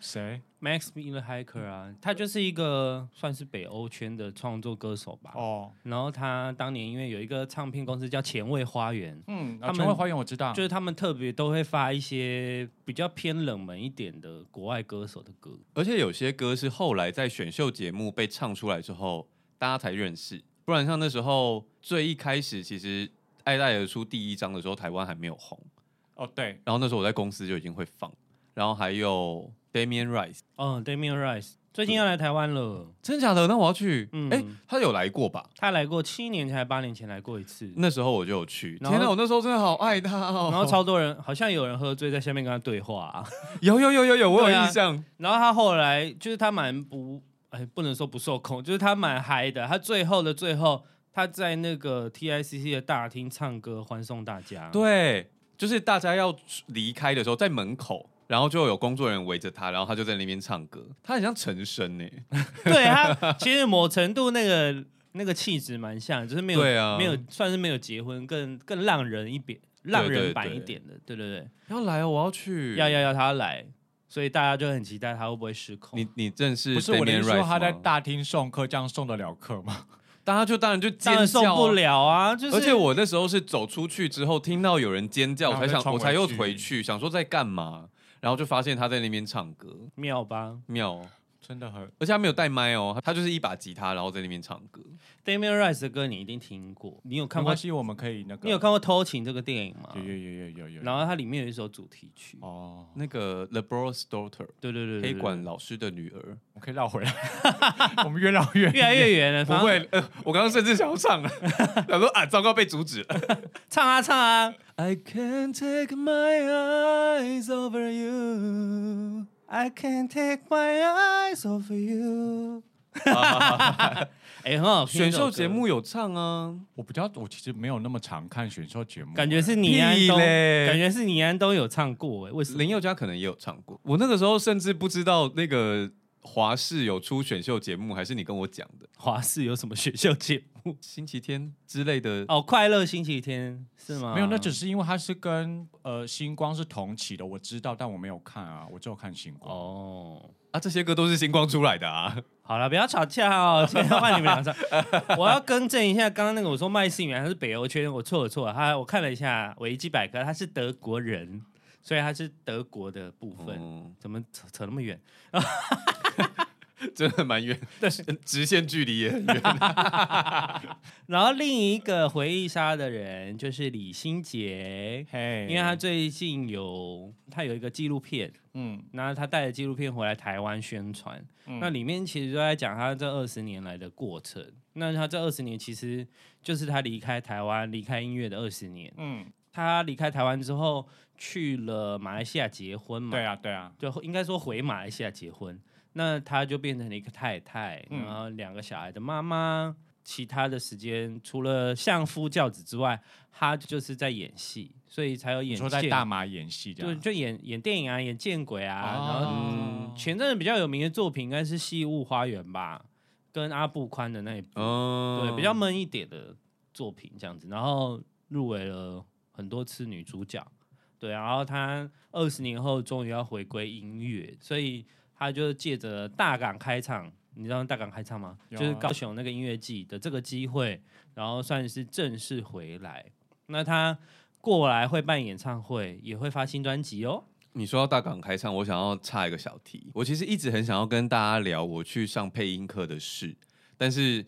Speaker 3: 谁？
Speaker 2: Max Miller Hiker 啊，他就是一个算是北欧圈的创作歌手吧。
Speaker 3: 哦，
Speaker 2: 然后他当年因为有一个唱片公司叫前卫花园，
Speaker 3: 嗯，
Speaker 2: 他
Speaker 3: 啊，
Speaker 2: 们
Speaker 3: 全会花园我知道，
Speaker 2: 就是他们特别都会发一些比较偏冷门一点的国外歌手的歌。
Speaker 1: 而且有些歌是后来在选秀节目被唱出来之后，大家才认识。不然像那时候最一开始，其实艾戴尔出第一张的时候，台湾还没有红。
Speaker 3: 哦，对，
Speaker 1: 然后那时候我在公司就已经会放，然后还有 Damian Rice，
Speaker 2: 哦，Damian Rice 最近要来台湾了，
Speaker 1: 真的假的？那我要去。哎、
Speaker 2: 嗯
Speaker 1: 他有来过吧？
Speaker 2: 他来过七年前还八年前来过一次，
Speaker 1: 那时候我就有去。
Speaker 2: 然
Speaker 1: 天
Speaker 2: 后
Speaker 1: 哪，我那时候真的好爱他哦。
Speaker 2: 然后超多人，好像有人喝醉在下面跟他对话啊、
Speaker 1: 有有有有有，我
Speaker 2: 对
Speaker 1: 有
Speaker 2: 啊
Speaker 1: 印象。
Speaker 2: 然后他后来就是他蛮不，哎，不能说不受控，就是他蛮嗨的。他最后的最后，他在那个 TICC 的大厅唱歌欢送大家。
Speaker 1: 对，就是大家要离开的时候，在门口。然后就有工作人员围着他，然后他就在那边唱歌，他很像陈升欸呢。
Speaker 2: 对他其实某程度那个那个气质蛮像，就是没有、
Speaker 1: 对啊
Speaker 2: 没有算是没有结婚，更更浪人一点，浪人版一点的，对对对，
Speaker 1: 要来哦，我要去。
Speaker 2: 要要要他来，所以大家就很期待他会不会失控。
Speaker 1: 你你正是
Speaker 3: 不是我的
Speaker 1: Damien
Speaker 3: 意思说
Speaker 1: Rice
Speaker 3: 他在
Speaker 1: 吗
Speaker 3: 大厅送客，这样送得了客吗？
Speaker 1: 大家就当然就
Speaker 2: 当
Speaker 1: 尖叫、
Speaker 2: 然受不。了啊！就是
Speaker 1: 而且我那时候是走出去之后，听到有人尖叫，我
Speaker 3: 然
Speaker 1: 才
Speaker 3: 后再
Speaker 1: 想，
Speaker 3: 冲
Speaker 1: 我
Speaker 3: 回
Speaker 1: 才又
Speaker 3: 去
Speaker 1: 回去，想说在干嘛，然后就发现他在那边唱歌，
Speaker 2: 妙吧
Speaker 1: 妙哦、
Speaker 3: 真的很
Speaker 1: 而且他没有带麦哦，他就是一把吉他，然后在那边唱歌。
Speaker 2: ，Damian Rice 的歌你一定听过，你有看
Speaker 3: 没
Speaker 2: 过
Speaker 3: 关系，我们可以那个。
Speaker 2: 你有看过《偷情》这个电影吗？
Speaker 3: 有？有有有有有有。
Speaker 2: 然后它里面有一首主题曲，
Speaker 3: 哦，
Speaker 1: 那个 The Bros Daughter，
Speaker 2: 对对对对
Speaker 1: 黑
Speaker 2: 对
Speaker 1: 管老师的女儿。
Speaker 3: 我们可以绕回来， 我们越绕越
Speaker 2: 越来
Speaker 3: 远
Speaker 2: 越远了，
Speaker 1: 不
Speaker 2: 反正
Speaker 1: 会，呃，我刚刚甚至想要唱了， 想说啊，糟糕，被阻止 了。
Speaker 2: 唱啊唱啊
Speaker 1: I can't take my eyes over you。
Speaker 2: ，I can take my eyes off you，哎，很好听
Speaker 1: 选
Speaker 2: 这首
Speaker 1: 秀
Speaker 2: 歌，
Speaker 1: 节目有唱啊，
Speaker 3: 我比较，我其实没有那么常看选秀节目，啊
Speaker 2: 感觉是倪安
Speaker 1: 屁
Speaker 2: 东，
Speaker 1: 嘞
Speaker 2: 感觉是倪安东有唱过，哎，为什么？
Speaker 1: 林宥嘉可能也有唱过。我那个时候甚至不知道那个华视有出选秀节目，还是你跟我讲的
Speaker 2: 华视有什么选秀节目？
Speaker 1: 星期天之类的。
Speaker 2: 哦，快乐星期天是吗？
Speaker 3: 没有，那只是因为它是跟呃星光是同期的，我知道，但我没有看啊，我只有看星光。
Speaker 2: 哦。
Speaker 1: 啊，这些歌都是星光出来的啊。
Speaker 2: 好了，不要吵架哦，现在换你们两张。我要更正一下，刚刚那个我说麦姓原来是北欧圈，我错了错了。他我看了一下维基百科，他是德国人，所以他是德国的部分。
Speaker 1: 嗯，
Speaker 2: 怎么扯扯那么远？
Speaker 1: 真的蛮远， 但是直线距离也很 远。
Speaker 2: 然后另一个回忆杀的人就是李心洁，
Speaker 3: 嘿，
Speaker 2: 因为他最近有他有一个纪录片，
Speaker 3: 嗯，
Speaker 2: 那他带着纪录片回来台湾宣传，那里面其实都在讲他这二十年来的过程。那他这二十年其实就是他离开台湾、离开音乐的二十年。
Speaker 3: 嗯，
Speaker 2: 他离开台湾之后去了马来西亚结婚嘛，
Speaker 3: 对啊，对啊，
Speaker 2: 就应该说回马来西亚结婚，那他就变成了一个太太，
Speaker 3: 嗯
Speaker 2: 然后两个小孩的妈妈。其他的时间除了相夫教子之外，他就是在演戏，所以才有
Speaker 3: 你
Speaker 2: 演
Speaker 3: 说在
Speaker 2: 见
Speaker 3: 大马演戏这
Speaker 2: 就
Speaker 3: 样，
Speaker 2: 就演演电影啊，演见鬼啊，然后
Speaker 1: 嗯
Speaker 3: 哦，
Speaker 2: 前阵子比较有名的作品应该是《西雾花园》吧，跟阿布宽的那一部，
Speaker 1: 嗯，
Speaker 2: 对，比较闷一点的作品这样子，然后入围了很多次女主角，对，然后她二十年后终于要回归音乐，所以她就借着大港开唱，你知道大港开唱吗？
Speaker 3: 有啊
Speaker 2: 就是高雄那个音乐季的这个机会，然后算是正式回来。那她过来会办演唱会，也会发新专辑哦。
Speaker 1: 你说到大港开唱，我想要插一个小题。我其实一直很想要跟大家聊我去上配音课的事，但是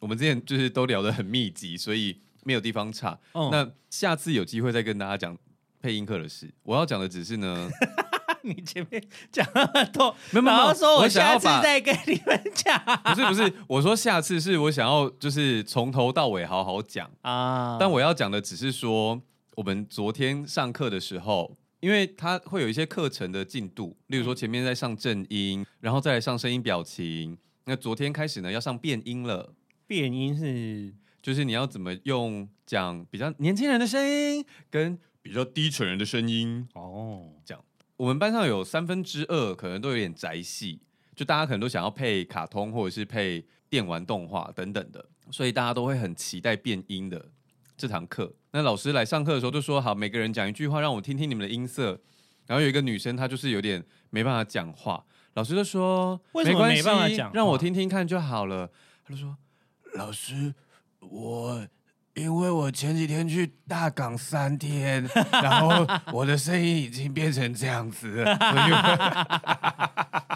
Speaker 1: 我们之前就是都聊得很密集，所以没有地方插。
Speaker 2: 嗯，
Speaker 1: 那下次有机会再跟大家讲配音课的事。我要讲的只是呢，
Speaker 2: 你前面讲那么多，
Speaker 1: 没有没有
Speaker 2: 然后说
Speaker 1: 我
Speaker 2: 我
Speaker 1: 想
Speaker 2: 下
Speaker 1: 要
Speaker 2: 次
Speaker 1: 把
Speaker 2: 再跟你们 讲
Speaker 1: 不是不是，我说下次是我想要就是从头到尾好好讲。
Speaker 2: 啊
Speaker 1: 但我要讲的只是说，我们昨天上课的时候，因为它会有一些课程的进度，例如说前面在上正音，然后再来上声音表情。那昨天开始呢，要上变音了，
Speaker 2: 变音是
Speaker 1: 就是你要怎么用讲比较年轻人的声音跟比较低沉人的声音。
Speaker 2: 哦，
Speaker 1: 我们班上有三分之二可能都有点宅系，就大家可能都想要配卡通或者是配电玩动画等等的，所以大家都会很期待变音的这堂课。那老师来上课的时候就说：“好，每个人讲一句话，让我听听你们的音色。”然后有一个女生她就是有点没办法讲话，老师就说：“
Speaker 2: 为什么
Speaker 1: 关系
Speaker 2: 没办法讲话
Speaker 1: 让我听听看就好了。”她就说：“老师，我因为我前几天去大港三天， 然后我的声音已经变成这样子了。所以我”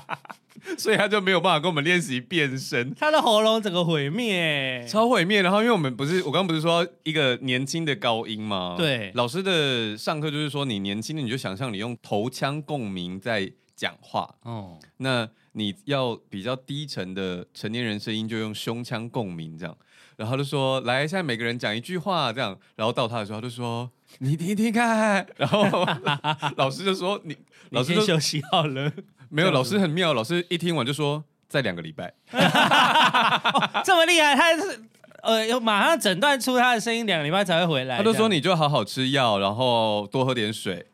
Speaker 1: 所以他就没有办法跟我们练习变身。
Speaker 2: 他的喉咙整个毁灭，
Speaker 1: 超毁灭。然后因为我们不是，我刚刚不是说一个年轻的高音吗？
Speaker 2: 对
Speaker 1: 老师的上课就是说，你年轻的你就想象你用头腔共鸣在讲话，
Speaker 2: 哦，
Speaker 1: 那你要比较低沉的成年人声音就用胸腔共鸣这样。然后他就说，来，现在每个人讲一句话这样。然后到他的时候，他就说。你听听看，然后老师就说你，老
Speaker 2: 你
Speaker 1: 师
Speaker 2: 先
Speaker 1: 就
Speaker 2: 休息好了。
Speaker 1: 没有，
Speaker 2: 这样
Speaker 1: 老
Speaker 2: 子
Speaker 1: 师很妙，老师一听完就说在两个礼拜，啊
Speaker 2: 这么厉害，他是呃，有马上诊断出他的声音两个礼拜才会回来。
Speaker 1: 他就说
Speaker 2: 这样
Speaker 1: 你就好好吃药，然后多喝点水。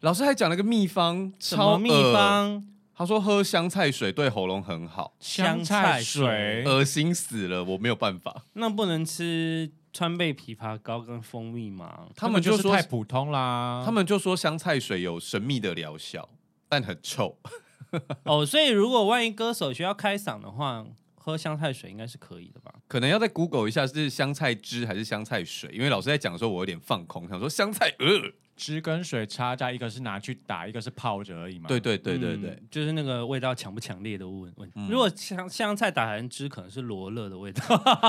Speaker 1: 老师还讲了个秘方，
Speaker 2: 什
Speaker 1: 超
Speaker 2: 么秘
Speaker 1: 恶，
Speaker 2: 方？
Speaker 1: 他说喝香菜水对喉咙很好，
Speaker 3: 香
Speaker 2: 菜
Speaker 3: 菜水
Speaker 1: 恶心死了，我没有办法。
Speaker 2: 那不能吃川贝枇杷膏跟蜂 蜜吗？
Speaker 1: 他们
Speaker 3: 就
Speaker 1: 就是说
Speaker 3: 太，普通啦。
Speaker 1: 他们就说香菜水有神秘的疗效，但很臭。
Speaker 2: 哦，所以如果万一歌手需要开嗓的话，喝香菜水应该是可以的吧？
Speaker 1: 可能要再 Google 一下是香菜汁还是香菜水，因为老师在讲的时候我有点放空，想说香菜，呃，
Speaker 3: 汁跟水差价，一个是拿去打，一个是泡着而已嘛。
Speaker 1: 对对对对
Speaker 2: 嗯
Speaker 1: 对，
Speaker 2: 就是那个味道强不强烈的问问题。
Speaker 1: 嗯
Speaker 2: 如果香香菜打成汁，可能是罗勒的味道。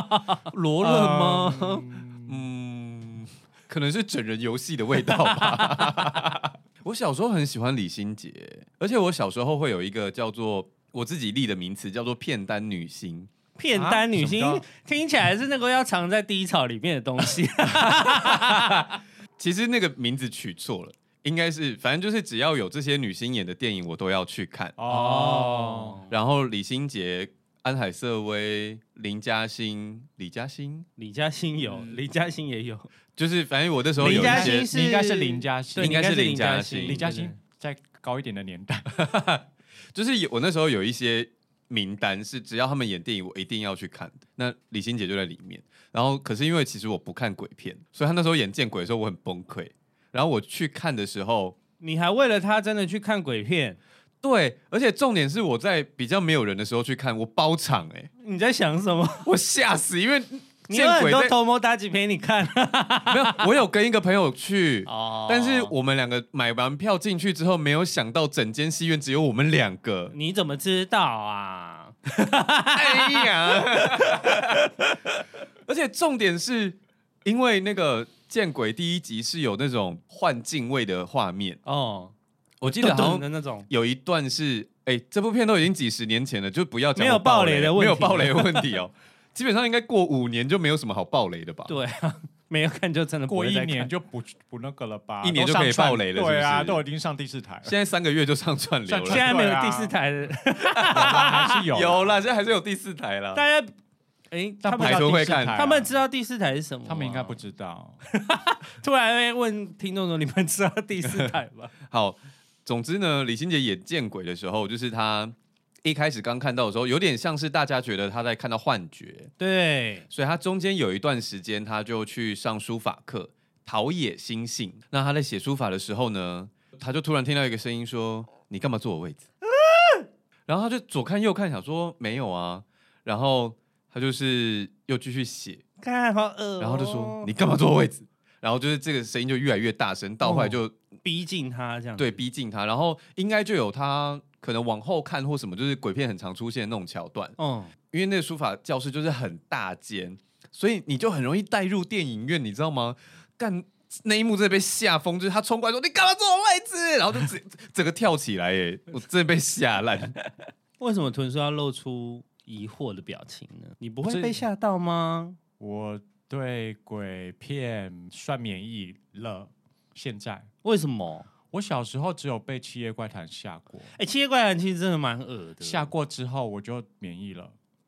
Speaker 1: 罗
Speaker 3: 嗯，
Speaker 1: 勒吗？嗯，可能是整人游戏的味道吧。 我小时候很喜欢李心洁，而且我小时候会有一个叫做我自己立的名词，叫做片单女星。
Speaker 2: 片单女
Speaker 3: 啊什么
Speaker 2: 星
Speaker 3: 叫
Speaker 2: 听起来是那个要藏在低潮里面的 东西。
Speaker 1: 其实那个名字取错了，应该是反正就是只要有这些女星演的电影，我都要去看。
Speaker 3: 哦，
Speaker 1: 然后李心洁、安海瑟薇、林嘉欣、李嘉欣，
Speaker 2: 李嘉欣有，
Speaker 1: 嗯
Speaker 2: 李嘉欣也有，
Speaker 1: 就是反正我那时候有
Speaker 2: 林
Speaker 1: 一
Speaker 2: 嘉
Speaker 1: 些
Speaker 2: 欣是
Speaker 3: 你应该是林嘉欣
Speaker 2: 对，
Speaker 1: 应该是
Speaker 2: 林
Speaker 1: 林嘉
Speaker 2: 欣。
Speaker 1: 欣
Speaker 3: 李嘉
Speaker 2: 对
Speaker 3: 欣在高一点的年代，
Speaker 1: 就是有我那时候有一些名单是，只要他们演电影，我一定要去看的。那李心洁就在里面。然后，可是因为其实我不看鬼片，所以他那时候演《见鬼》的时候，我很崩溃。然后我去看的时候，
Speaker 2: 你还为了他真的去看鬼片？
Speaker 1: 对，而且重点是我在比较没有人的时候去看，我包场哎、
Speaker 2: 你在想什么？
Speaker 1: 我吓死，因为《
Speaker 2: 你有
Speaker 1: 见
Speaker 2: 很
Speaker 1: 鬼
Speaker 2: 多
Speaker 1: 在》
Speaker 2: 偷摸打几陪 你看
Speaker 1: 没有，我有跟一个朋友去。
Speaker 2: 哦
Speaker 1: 但是我们两个买完票进去之后，没有想到整间戏院只有我们两个。
Speaker 2: 你怎么知道啊？
Speaker 1: 哎呀！而且重点是，因为那个《见鬼》第一集是有那种换镜位的画面，
Speaker 2: 哦，
Speaker 1: 我记得好
Speaker 2: 懂
Speaker 1: 像
Speaker 2: 的那种，
Speaker 1: 有一段是，哎、这部片都已经几十年前了，就不要讲
Speaker 2: 没有
Speaker 1: 我
Speaker 2: 爆
Speaker 1: 爆
Speaker 2: 雷的问
Speaker 1: 没有
Speaker 2: 题
Speaker 1: 爆雷的问题哦。基本上应该过五年就没有什么好爆雷的吧？
Speaker 2: 对啊，没有看就真的不
Speaker 3: 过
Speaker 2: 会
Speaker 3: 一
Speaker 2: 再看
Speaker 3: 年就不不那个了吧？
Speaker 1: 一年就
Speaker 3: 都上
Speaker 1: 可以
Speaker 3: 串
Speaker 1: 爆雷了
Speaker 3: 对啊，
Speaker 1: 是不是
Speaker 3: 都已经上第四台了
Speaker 1: 现在三个月就上串流
Speaker 3: 上
Speaker 1: 了
Speaker 2: 现，在没有第四台的，
Speaker 1: 嗯
Speaker 3: 还是有
Speaker 1: 有啦，现在还是有第四台啦。
Speaker 2: 大家哎，他
Speaker 3: 但不
Speaker 2: 们
Speaker 1: 排除
Speaker 3: 到第
Speaker 1: 会
Speaker 3: 四
Speaker 1: 看
Speaker 3: 台啊
Speaker 2: 他们知道第四台是什么吗？
Speaker 3: 他们应该不知道。
Speaker 2: 突然会问听众说：“你们知道第四台 吗
Speaker 1: 好，总之呢，李心洁演见鬼的时候，就是她一开始刚看到的时候，有点像是大家觉得她在看到幻觉，？”
Speaker 2: 对，
Speaker 1: 所以他中间有一段时间，他就去上书法课，陶冶心性。那他在写书法的时候呢，他就突然听到一个声音说：“你干嘛坐我位置？” 然后他就左看右看，想说没有啊，然后他就是又继续写，
Speaker 2: 看好恶哦、
Speaker 1: 然后就说：“你干嘛坐我位置？”然后就是这个声音就越来越大声，到后来就
Speaker 2: 逼近他这样，
Speaker 1: 对，逼近他，然后应该就有他可能往后看或什么，就是鬼片很常出现的那种桥段。
Speaker 2: 嗯，
Speaker 1: 因为那个书法教室就是很大间，所以你就很容易带入电影院，你知道吗？干那一幕真的被吓疯，就是他冲过来说：“你干嘛坐我位置？”然后就整 整个跳起来，耶！我真的被 吓烂。
Speaker 2: 为什么豚叔要露出疑惑的表情呢？你不
Speaker 3: 我
Speaker 2: 会
Speaker 3: 这
Speaker 2: 被吓到吗？
Speaker 3: 我对鬼片算免疫了，现在。
Speaker 2: 为什么？
Speaker 3: 我小时候只有被《七夜怪谈》吓过，
Speaker 2: 哎、七夜怪谈其实真的蛮恶的，
Speaker 3: 吓过之后我就免疫了，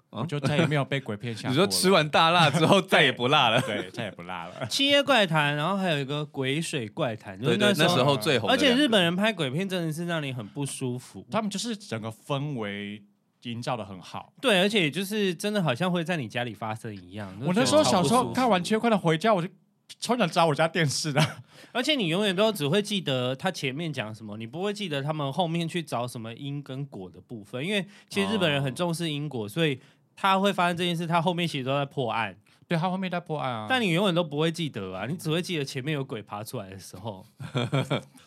Speaker 1: 啊
Speaker 3: 我就再也没有被鬼 片吓过
Speaker 1: 你
Speaker 3: 了。
Speaker 1: 说吃完大辣之后再也不辣了？
Speaker 3: 对，再也不辣了。
Speaker 2: 七夜怪谈，然后还有一个鬼水怪谈，就是
Speaker 1: 对对，那
Speaker 2: 时
Speaker 1: 时候最红的
Speaker 2: 而且
Speaker 1: 两个
Speaker 2: 日本人拍鬼片真的是让你很不舒服。
Speaker 3: 他们就是整个氛围营造的很好。
Speaker 2: 对，而且就是真的好像会在你家里发生一样。
Speaker 3: 我
Speaker 2: 就
Speaker 3: 那
Speaker 2: 觉
Speaker 3: 时
Speaker 2: 得
Speaker 3: 候
Speaker 2: 超
Speaker 3: 小
Speaker 2: 不
Speaker 3: 时
Speaker 2: 舒
Speaker 3: 候
Speaker 2: 服
Speaker 3: 看完《七夜怪谈》回家，我就超想砸我家电视的。
Speaker 2: 而且你永远都只会记得他前面讲什么，你不会记得他们后面去找什么因跟果的部
Speaker 3: 哦
Speaker 2: 分，因为其实日本人很重视因果，所以他会发生这件事，他后面其实都在破案。
Speaker 3: 对他后面在破案啊。
Speaker 2: 但你永远都不会记得啊，你只会记得前面有鬼爬出来的时候。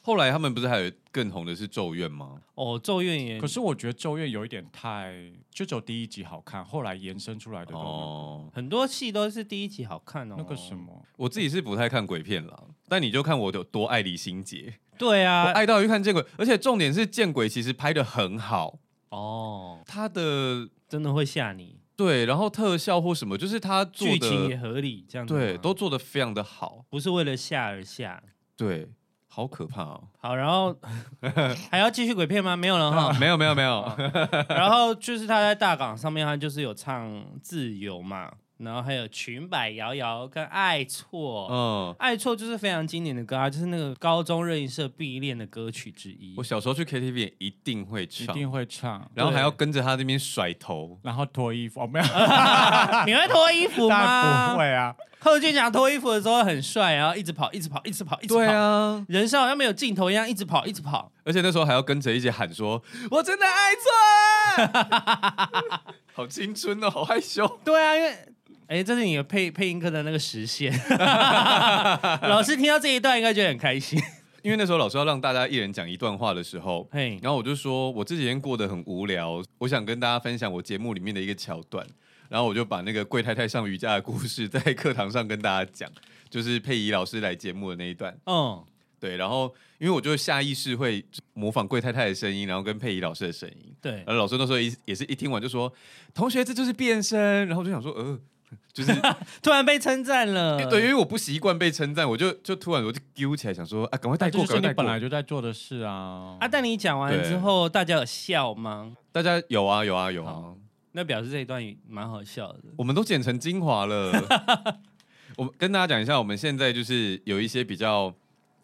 Speaker 1: 后来他们不是还有更红的是《咒怨》吗？
Speaker 2: 哦，咒怨也
Speaker 3: 可是我觉得《咒怨》有一点太，就只有第一集好看，后来延伸出来的都没有、
Speaker 1: 哦，
Speaker 2: 很多戏都是第一集好看哦。
Speaker 3: 那个什么，
Speaker 1: 我自己是不太看鬼片啦，但你就看我有多爱李心洁，
Speaker 2: 对
Speaker 1: 我
Speaker 2: 啊，
Speaker 1: 爱到去看见鬼，而且重点是见鬼其实拍的很好，
Speaker 2: 哦，
Speaker 1: 他的
Speaker 2: 真的会吓你，
Speaker 1: 对，然后特效或什么，就是他做
Speaker 2: 剧情也
Speaker 1: 的
Speaker 2: 合理，这样子吗
Speaker 1: 对都做的非常的好，
Speaker 2: 不是为了吓而吓。
Speaker 1: 对，好可怕哦。
Speaker 2: 好，然后还要继续鬼片吗？没有了哈。
Speaker 1: 没有没有没 有，
Speaker 2: 然后就是他在大港上面，他就是有唱《自由》嘛，然后还有《裙摆摇摇》跟《爱错》。
Speaker 1: 嗯，
Speaker 2: 爱错就是非常经典的歌啊，就是那个高中热音社必练的歌曲之一
Speaker 1: 我。小时候去 KTV 也一定会
Speaker 3: 一
Speaker 1: 唱，
Speaker 3: 定会唱，
Speaker 1: 然后还要跟着他那边甩头，
Speaker 3: 然后脱衣服，哦，没有，
Speaker 2: 你会脱衣服
Speaker 3: 但
Speaker 2: 吗
Speaker 3: 不？会啊。
Speaker 2: 贺军翔脱衣服的时候很帅，然后一直跑，一直跑，一直跑，一直跑。
Speaker 1: 对啊，
Speaker 2: 人生好像没有尽头一样，一直跑，一直跑。
Speaker 1: 而且那时候还要跟着一起喊说“我真的爱错”， 好青春哦，好害羞。
Speaker 2: 对啊，因为哎，这是你的配配音课的那个实现。老师听到这一段应该觉得很开心。
Speaker 1: 因为那时候老师要让大家一人讲一段话的时候，
Speaker 2: 嘿，
Speaker 1: 然后我就说我这几天过得很无聊，我想跟大家分享我节目里面的一个桥段。然后我就把那个贵太太上瑜伽的故事 在课堂上跟大家讲，就是佩仪老师来节目的那一段。
Speaker 2: 嗯，
Speaker 1: 对，然后因为我就下意识会模仿贵太太的声音，然后跟佩仪老师的声音。
Speaker 2: 对
Speaker 1: 然，后老师那时候一也是一听完就说：“同学，这就是变声。”然后我就想说：“呃， 就是、
Speaker 2: 突然被称赞了。
Speaker 1: 对，因为我不习惯被称赞，我就就突然我就揪起来想说啊，赶快带
Speaker 3: 但这
Speaker 1: 过，
Speaker 3: 就
Speaker 1: 赶快
Speaker 3: 是
Speaker 1: 带
Speaker 3: 你
Speaker 1: 过。
Speaker 3: 本来就在做的事啊。
Speaker 2: 啊，但你讲完之后，大家有笑吗？
Speaker 1: 大家有啊有啊有啊
Speaker 2: 好，那表示这一段也蛮好笑的。
Speaker 1: 我们都剪成精华了。 我们跟大家讲一下，我们现在就是有一些比较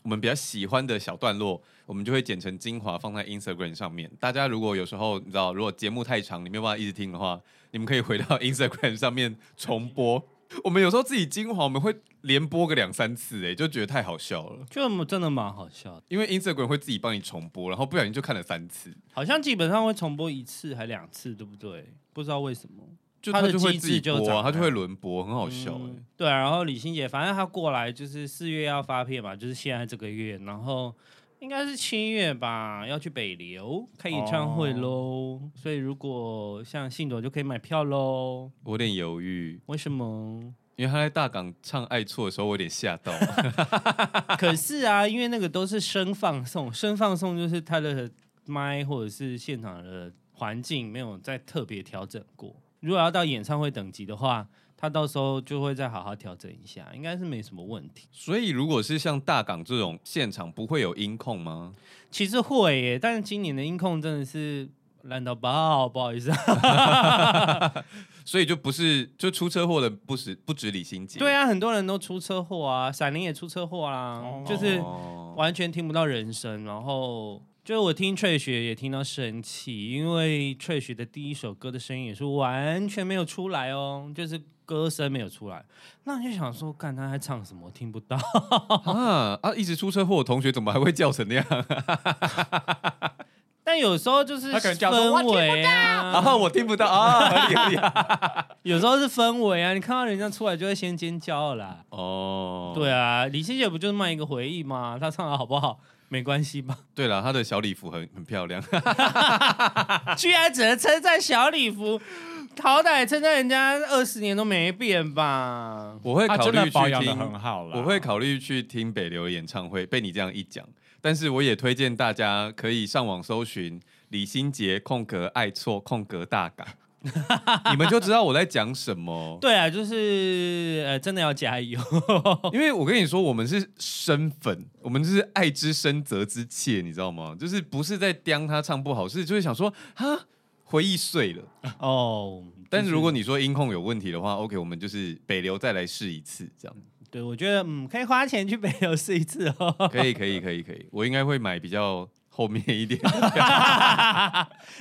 Speaker 1: 我们比较喜欢的小段落，我们就会剪成精华放在 Instagram 上面。大家如果有时候你知道，如果节目太长，你没有办法一直听的话，你们可以回到 Instagram 上面重播。我们有时候自己精华，我们会连播个两三次、哎，就觉得太好笑了。
Speaker 2: 就真的蛮好笑的，
Speaker 1: 因为 Instagram 会自己帮你重播，然后不小心就看了三次，
Speaker 2: 好像基本上会重播一次还两次，对不对？不知道为什么。
Speaker 1: 就
Speaker 2: 它
Speaker 1: 它
Speaker 2: 的
Speaker 1: 就会
Speaker 2: 机
Speaker 1: 自己
Speaker 2: 制就
Speaker 1: 播、啊，
Speaker 2: 长
Speaker 1: 它就
Speaker 2: 了
Speaker 1: 会轮播，很好笑、哎、
Speaker 2: 嗯对啊、然后李心姐，反正她过来就是四月要发片嘛，就是现在这个月，然后应该是七月吧，要去北流开演唱会喽。
Speaker 1: 哦
Speaker 2: 所以如果像信总就可以买票喽。
Speaker 1: 我有点犹豫。
Speaker 2: 为什么？
Speaker 1: 因为他在大港唱《爱错》的时候，我有点吓 到。
Speaker 2: 可是啊，因为那个都是声放送，声放送就是它的麦或者是现场的环境没有再特别调整过。如果要到演唱会等级的话，他到时候就会再好好调整一下，应该是没什么问题。
Speaker 1: 所以，如果是像大港这种现场，不会有音控吗？
Speaker 2: 其实会耶，但是今年的音控真的是烂到爆，不好意思、啊。
Speaker 1: 所以就不是就出车祸的不止不止李心洁，
Speaker 2: 对
Speaker 1: 啊，
Speaker 2: 啊，很多人都出车祸啊，闪灵也出车祸啦、啊
Speaker 3: 哦
Speaker 2: 就是完全听不到人声。然后就是我听 Trash 也听到生气，因为 Trash 的第一首歌的声音也是完全没有出来哦，就是歌声没有出来。那你就想说，干他在唱什么？听不到。
Speaker 3: 哦
Speaker 1: 啊啊！一直出车祸，的同学怎么还会叫成那 样？
Speaker 2: 但有时候就是
Speaker 3: 他可能叫说
Speaker 2: 氛围啊，
Speaker 1: 啊，我听不到啊，合理合理啊。
Speaker 2: 有时候是氛围啊，你看到人家出来就会先尖叫了啦。
Speaker 1: 哦，
Speaker 2: 对啊，李心姐不就是卖一个回忆吗？她唱的好不好没关系吧？
Speaker 1: 对了，他的小礼服很很漂 亮，
Speaker 2: 居然只能称赞小礼服，好歹称赞人家二十年都没变吧？
Speaker 1: 我会
Speaker 3: 他
Speaker 1: 考
Speaker 3: 真的
Speaker 1: 虑
Speaker 3: 保
Speaker 1: 去
Speaker 3: 养的很
Speaker 1: 听，
Speaker 3: 好了。
Speaker 1: 我会考虑去听北流演唱会。被你这样一讲，但是我也推荐大家可以上网搜寻李心洁空格爱错空格大港，你们就知道我在讲什么。
Speaker 2: 对啊，就是呃，真的要加油。
Speaker 1: 因为我跟你说，我们是深粉，我们就是爱之深责之切，你知道吗？就是不是在刁他唱不好，是就是想说哈回忆碎了。
Speaker 2: 哦，
Speaker 1: 但是如果
Speaker 2: 你
Speaker 1: 你说音控有问题的话，OK，我们就是北流再来试一次，这样
Speaker 2: 对我觉得嗯，可以花钱去北流试一次哦。
Speaker 1: 可以可以可以可以，我应该会买比较后面一点，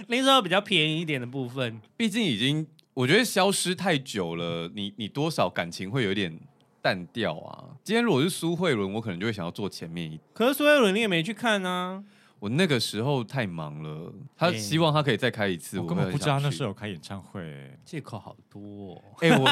Speaker 2: 那时候比较便宜一点的部分，
Speaker 1: 毕竟已经我觉得消失太久了，你你多少感情会有点淡掉啊。今天如果是苏慧伦，我可能就会想要坐前面一点。
Speaker 2: 可是苏慧伦你也没去看啊。
Speaker 1: 我那个时候太忙了，他
Speaker 2: 哎
Speaker 1: 希望他可以再开一次，
Speaker 3: 我
Speaker 1: 我
Speaker 3: 根本
Speaker 1: 会
Speaker 3: 不
Speaker 1: 很
Speaker 3: 知道
Speaker 1: 想
Speaker 3: 那
Speaker 1: 去
Speaker 3: 时候有开演唱会、欸
Speaker 2: 借口好多、哦。
Speaker 1: 哎、我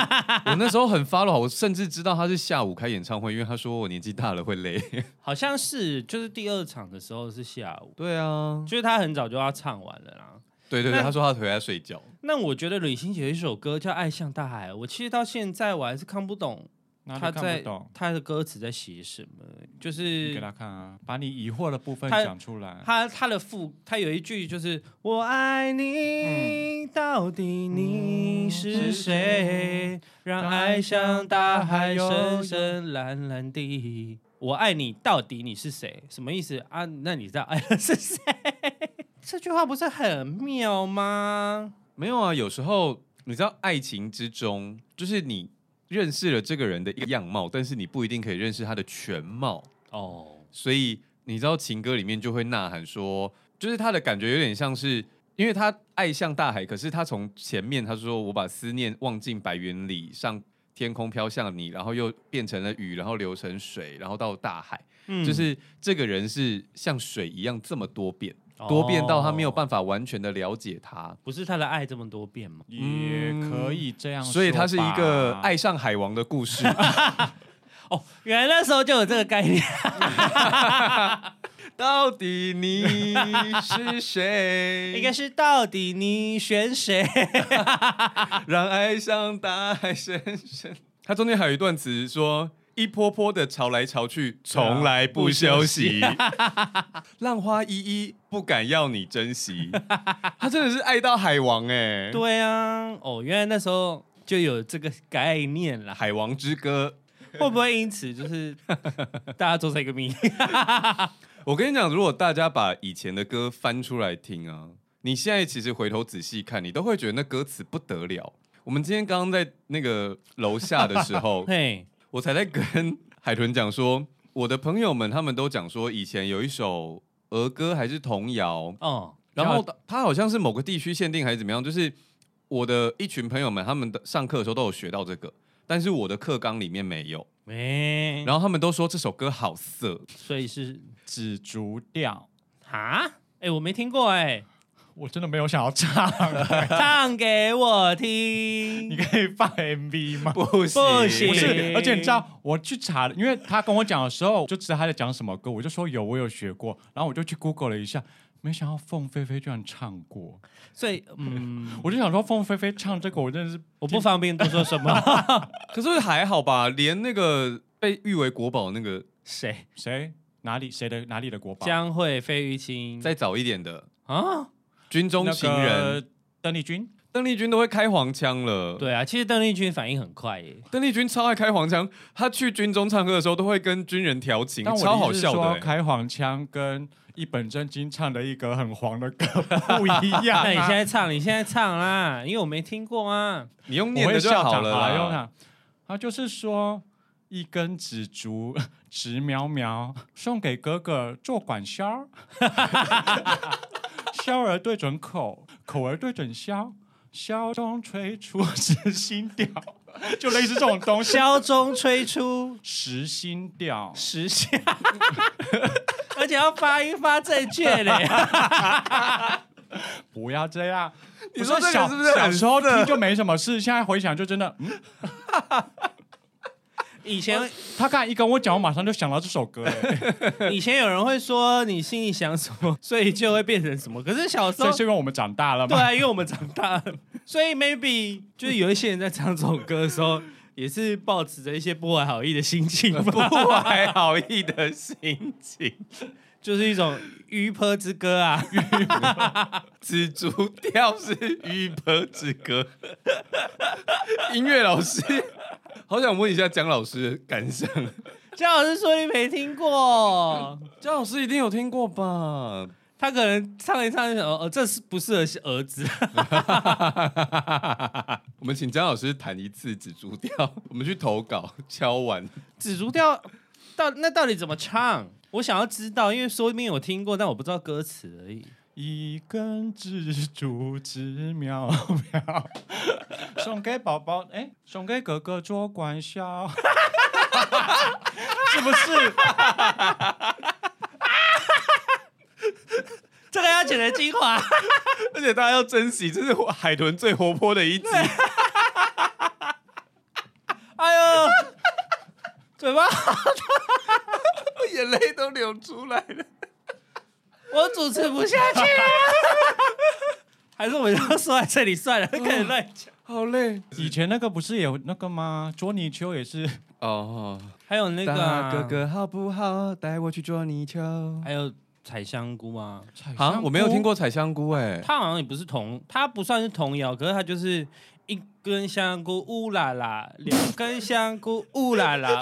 Speaker 1: 我那时候很 follow，我甚至知道他是下午开演唱会，因为他说我年纪大了会累。
Speaker 2: 好像是就是第二场的时候是下午，
Speaker 1: 对啊，
Speaker 2: 就是他很早就要唱完了啦。
Speaker 1: 对对对，
Speaker 2: 那
Speaker 1: 他说他回来睡觉。
Speaker 2: 那我觉得李心洁有一首歌叫《爱像大海》，我其实到现在我还是看不懂
Speaker 3: 那
Speaker 2: 他
Speaker 3: 他看
Speaker 2: 在
Speaker 3: 不懂，
Speaker 2: 他的歌词在写什么，就
Speaker 3: 你给
Speaker 2: 是
Speaker 3: 他看啊，把你疑惑的部分
Speaker 2: 他
Speaker 3: 讲出来。
Speaker 2: 他他的副他有一句就是“我爱你，到底你嗯是谁，让爱像大海深深蓝蓝地”。我爱你，到底你是谁？什么意思啊？那你知道爱的是谁？ 这句话不是很妙吗？
Speaker 1: 没有啊，有时候你知道，爱情之中就是你认识了这个人的一个样貌，但是你不一定可以认识他的全貌。
Speaker 2: 哦，
Speaker 1: 所以你知道情歌里面就会呐喊说，就是他的感觉有点像是，因为他爱向大海，可是他从前面他说我把思念忘进白云里，上天空飘向你，然后又变成了雨，然后流成水，然后到大海，
Speaker 2: 嗯
Speaker 1: 就是这个人是像水一样这么多变，多变到他没有办法完全的了解他。
Speaker 2: 不是他的爱这么多变吗？
Speaker 3: 也可以这样说吧，
Speaker 1: 所以他是一个爱上海王的故 事，
Speaker 2: 哦原来那时候就有这个概念。
Speaker 1: 到底你是谁？
Speaker 2: 应该是到底你选谁？
Speaker 1: 让爱像大海深深。它中间还有一段词说。一波波的潮来潮去，从来不休息。啊 浪花依依，不敢要你珍 惜。他真的是爱到海王哎、
Speaker 2: 对啊，哦，原来那时候就有这个概念啦。
Speaker 1: 海王之歌。
Speaker 2: 会不会因此就是大家做成一个谜？
Speaker 1: 我跟你讲，如果大家把以前的歌翻出来听啊，你现在其实回头仔细看，你都会觉得那歌词不得了。我们今天刚刚在那个楼下的时候，
Speaker 2: 嘿，
Speaker 1: 我才在跟海豚讲说，我的朋友们他们都讲说，以前有一首儿歌还是童谣，
Speaker 2: 哦，
Speaker 1: 然后它好像是某个地区限定还是怎么样，就是我的一群朋友们他们的上课的时候都有学到这个，但是我的课纲里面没有，
Speaker 2: 没，
Speaker 1: 然后他们都说这首歌好色，
Speaker 2: 所以是
Speaker 3: 紫竹调，
Speaker 2: 哈，哎、我没听 过哎、
Speaker 3: 我真的没有想要唱，
Speaker 2: 唱给我
Speaker 3: 你
Speaker 2: 听。
Speaker 3: 可以放 MV 吗？
Speaker 1: 不行
Speaker 2: 不行
Speaker 3: 不是，而且你知道，我去查了，因为他跟我讲的时候，我就知道他在讲什么歌，我就说有，我有学过，然后我就去 Google 了一下，没想到凤飞飞居然唱过，
Speaker 2: 所以，嗯，
Speaker 3: 我就想说凤飞飞唱这个，我真的是
Speaker 2: 我不方便多说什么。
Speaker 1: 可是还好吧，连那个被誉为国宝那个
Speaker 2: 谁？
Speaker 3: 谁哪里谁的哪里的国宝，
Speaker 2: 江蕙、费玉清
Speaker 1: 再早一点的
Speaker 2: 啊？
Speaker 1: 《军中
Speaker 3: 那
Speaker 1: 情人》，
Speaker 3: 个邓丽君，
Speaker 1: 邓丽君都会开黄腔了。
Speaker 2: 对啊，其实邓丽君反应很快耶。
Speaker 1: 邓丽君超爱开黄腔，她去军中唱歌的时候都会跟军人调情，
Speaker 3: 但我
Speaker 1: 超好
Speaker 3: 的意思是
Speaker 1: 笑的、
Speaker 3: 说
Speaker 1: 欸
Speaker 3: 开黄腔跟一本正经唱的一个很 黄的歌不一样、啊。
Speaker 2: 那你现在唱，你现在唱啦，因为我没听过啊。
Speaker 1: 你用念
Speaker 3: 我
Speaker 1: 的
Speaker 3: 会
Speaker 1: 就
Speaker 3: 笑
Speaker 1: 好
Speaker 3: 场
Speaker 1: 了
Speaker 3: 啊，用
Speaker 1: 啦。
Speaker 3: 啊，他就是说一根紫竹 直苗苗送给哥哥做管销儿， 销儿对准口，口儿对准箫，箫中吹出实心调， 就类似这种东西，
Speaker 2: 箫中吹出
Speaker 3: 实心调。
Speaker 2: 实现，而且要发音发正 确嘞。
Speaker 3: 不要这样。
Speaker 1: 你说
Speaker 3: 不
Speaker 1: 这个
Speaker 3: 小
Speaker 1: 是不是
Speaker 3: 小
Speaker 1: 很
Speaker 3: 时候
Speaker 1: 色
Speaker 3: 听就没什么事，现在回想就真 的，嗯
Speaker 2: 以前
Speaker 3: 他刚才一跟我讲，我马上就想到这首歌哎了，
Speaker 2: 以前有人会说你心里想什么，所以就会变成什么。可是小时
Speaker 3: 所
Speaker 2: 候
Speaker 3: 以，是因为我们长大了
Speaker 2: 对
Speaker 3: 嘛。
Speaker 2: 啊，因为我们长大了，所以 maybe 就是有一些人在唱这首歌的时候，也是抱持着一些不怀好意的心情吧，
Speaker 1: 不怀好意的心情，
Speaker 2: 就是一种愚泼之歌啊。
Speaker 1: 紫 竹调是玉婆之歌。 音乐老师，好想问一下姜老师的感想。
Speaker 2: 姜老师说你没听过，
Speaker 1: 姜老师一定有听过吧？
Speaker 2: 他可能唱一唱就想，哦，哦这是不适合是儿子。
Speaker 1: 我们请姜老师弹一次紫竹调， 我们去投稿敲完。
Speaker 2: 紫竹调到那到底怎么唱？我想要知道，因为说明我听过，但我不知道歌词而已。
Speaker 3: 一根蜘蛛直苗苗， 送给宝宝，哎，送给哥哥做 管销，是不是？
Speaker 2: 浅的精华。
Speaker 1: 而且大家要珍惜，这是海豚最活泼的一集。
Speaker 2: 哎呦，嘴巴，
Speaker 1: 眼泪都流出来了。
Speaker 2: 我主持不下去了。还是我们就说在这里算了，开始乱讲。
Speaker 1: 好累
Speaker 3: 以前那个不是也有那个吗？捉泥鳅也是，
Speaker 1: 哦。
Speaker 2: 还有那个啊、
Speaker 1: 大哥哥好不好？带我去捉泥鳅。
Speaker 2: 还有采香菇啊，
Speaker 1: 啊，我没有听。过采香菇哎、
Speaker 2: 它好像也不是童，它不算是童谣，可是它就是一根香菇呜啦啦，两根香菇呜啦啦。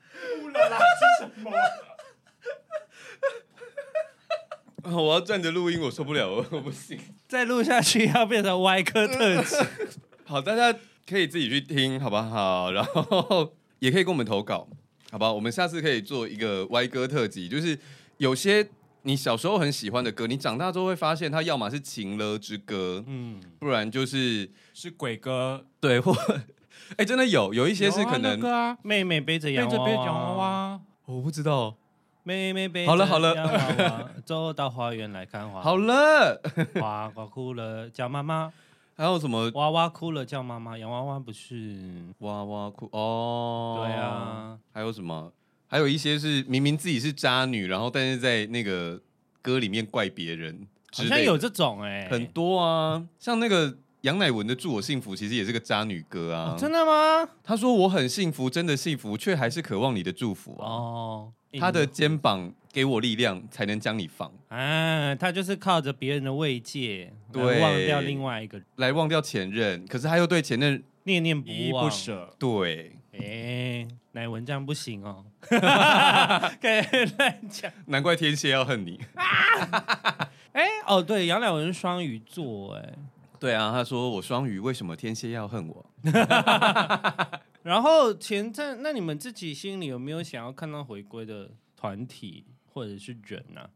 Speaker 1: 啊 我要站着录音，我受不了，我我不行。
Speaker 2: 再录下去要变成歪科特辑。
Speaker 1: 好，大家可以自己去听，好不好？然后也可以跟我们投稿，好吧？我们下次可以做一个歪歌特辑，就是有些你小时候很喜欢的歌，你长大之后会发现它要么是情了之歌，
Speaker 3: 嗯，
Speaker 1: 不然 就是
Speaker 3: 是鬼哥，
Speaker 1: 对或哎、真的有有一
Speaker 3: 一
Speaker 1: 些是可能、
Speaker 3: 那个啊，
Speaker 2: 妹妹背着
Speaker 3: 背
Speaker 2: 洋
Speaker 3: 着
Speaker 2: 娃
Speaker 3: 背着啊娃
Speaker 2: 娃，
Speaker 3: 娃，
Speaker 1: 我不知道。
Speaker 2: 妹妹背着
Speaker 1: 好了好了
Speaker 2: 洋娃娃，走到花园来看花。
Speaker 1: 好，了，
Speaker 2: 娃娃哭了叫妈妈，
Speaker 1: 还有什么
Speaker 2: 娃娃哭了叫妈妈，洋娃娃不是。
Speaker 1: 哇哇哭哦？
Speaker 2: 对，啊，
Speaker 1: 还有什么？还有一些是明明自己是渣女，然后但是在那个歌里面怪别人之
Speaker 2: 好
Speaker 1: 类的，
Speaker 2: 像有这种哎、
Speaker 1: 很多啊，像那个杨乃文的《祝我幸福》，其实也是个渣女歌啊。
Speaker 2: 哦真的吗？
Speaker 1: 她说我很幸福，真的幸福，却还是渴望你的祝福啊。
Speaker 2: 哦，
Speaker 1: 她的肩膀给我力量，才能将你放，
Speaker 2: 啊，他就是靠着别人的慰藉，来
Speaker 1: 对
Speaker 2: 忘掉另外一个人，
Speaker 1: 来忘掉前任。可是她又对前任，
Speaker 2: 念念不
Speaker 3: 依依
Speaker 2: 忘。
Speaker 3: 不舍。
Speaker 1: 对，
Speaker 2: 哎、奶文这样不 行哦，该乱讲。
Speaker 1: 难怪天蝎要恨你。
Speaker 2: 哎、哦，对，杨乃文是双鱼座，哎，
Speaker 1: 对啊，她说我双鱼，为什么天蝎要恨我？
Speaker 2: 然后前阵，那你们自己心里有没有想要看到回归的团体或者是人呢、啊？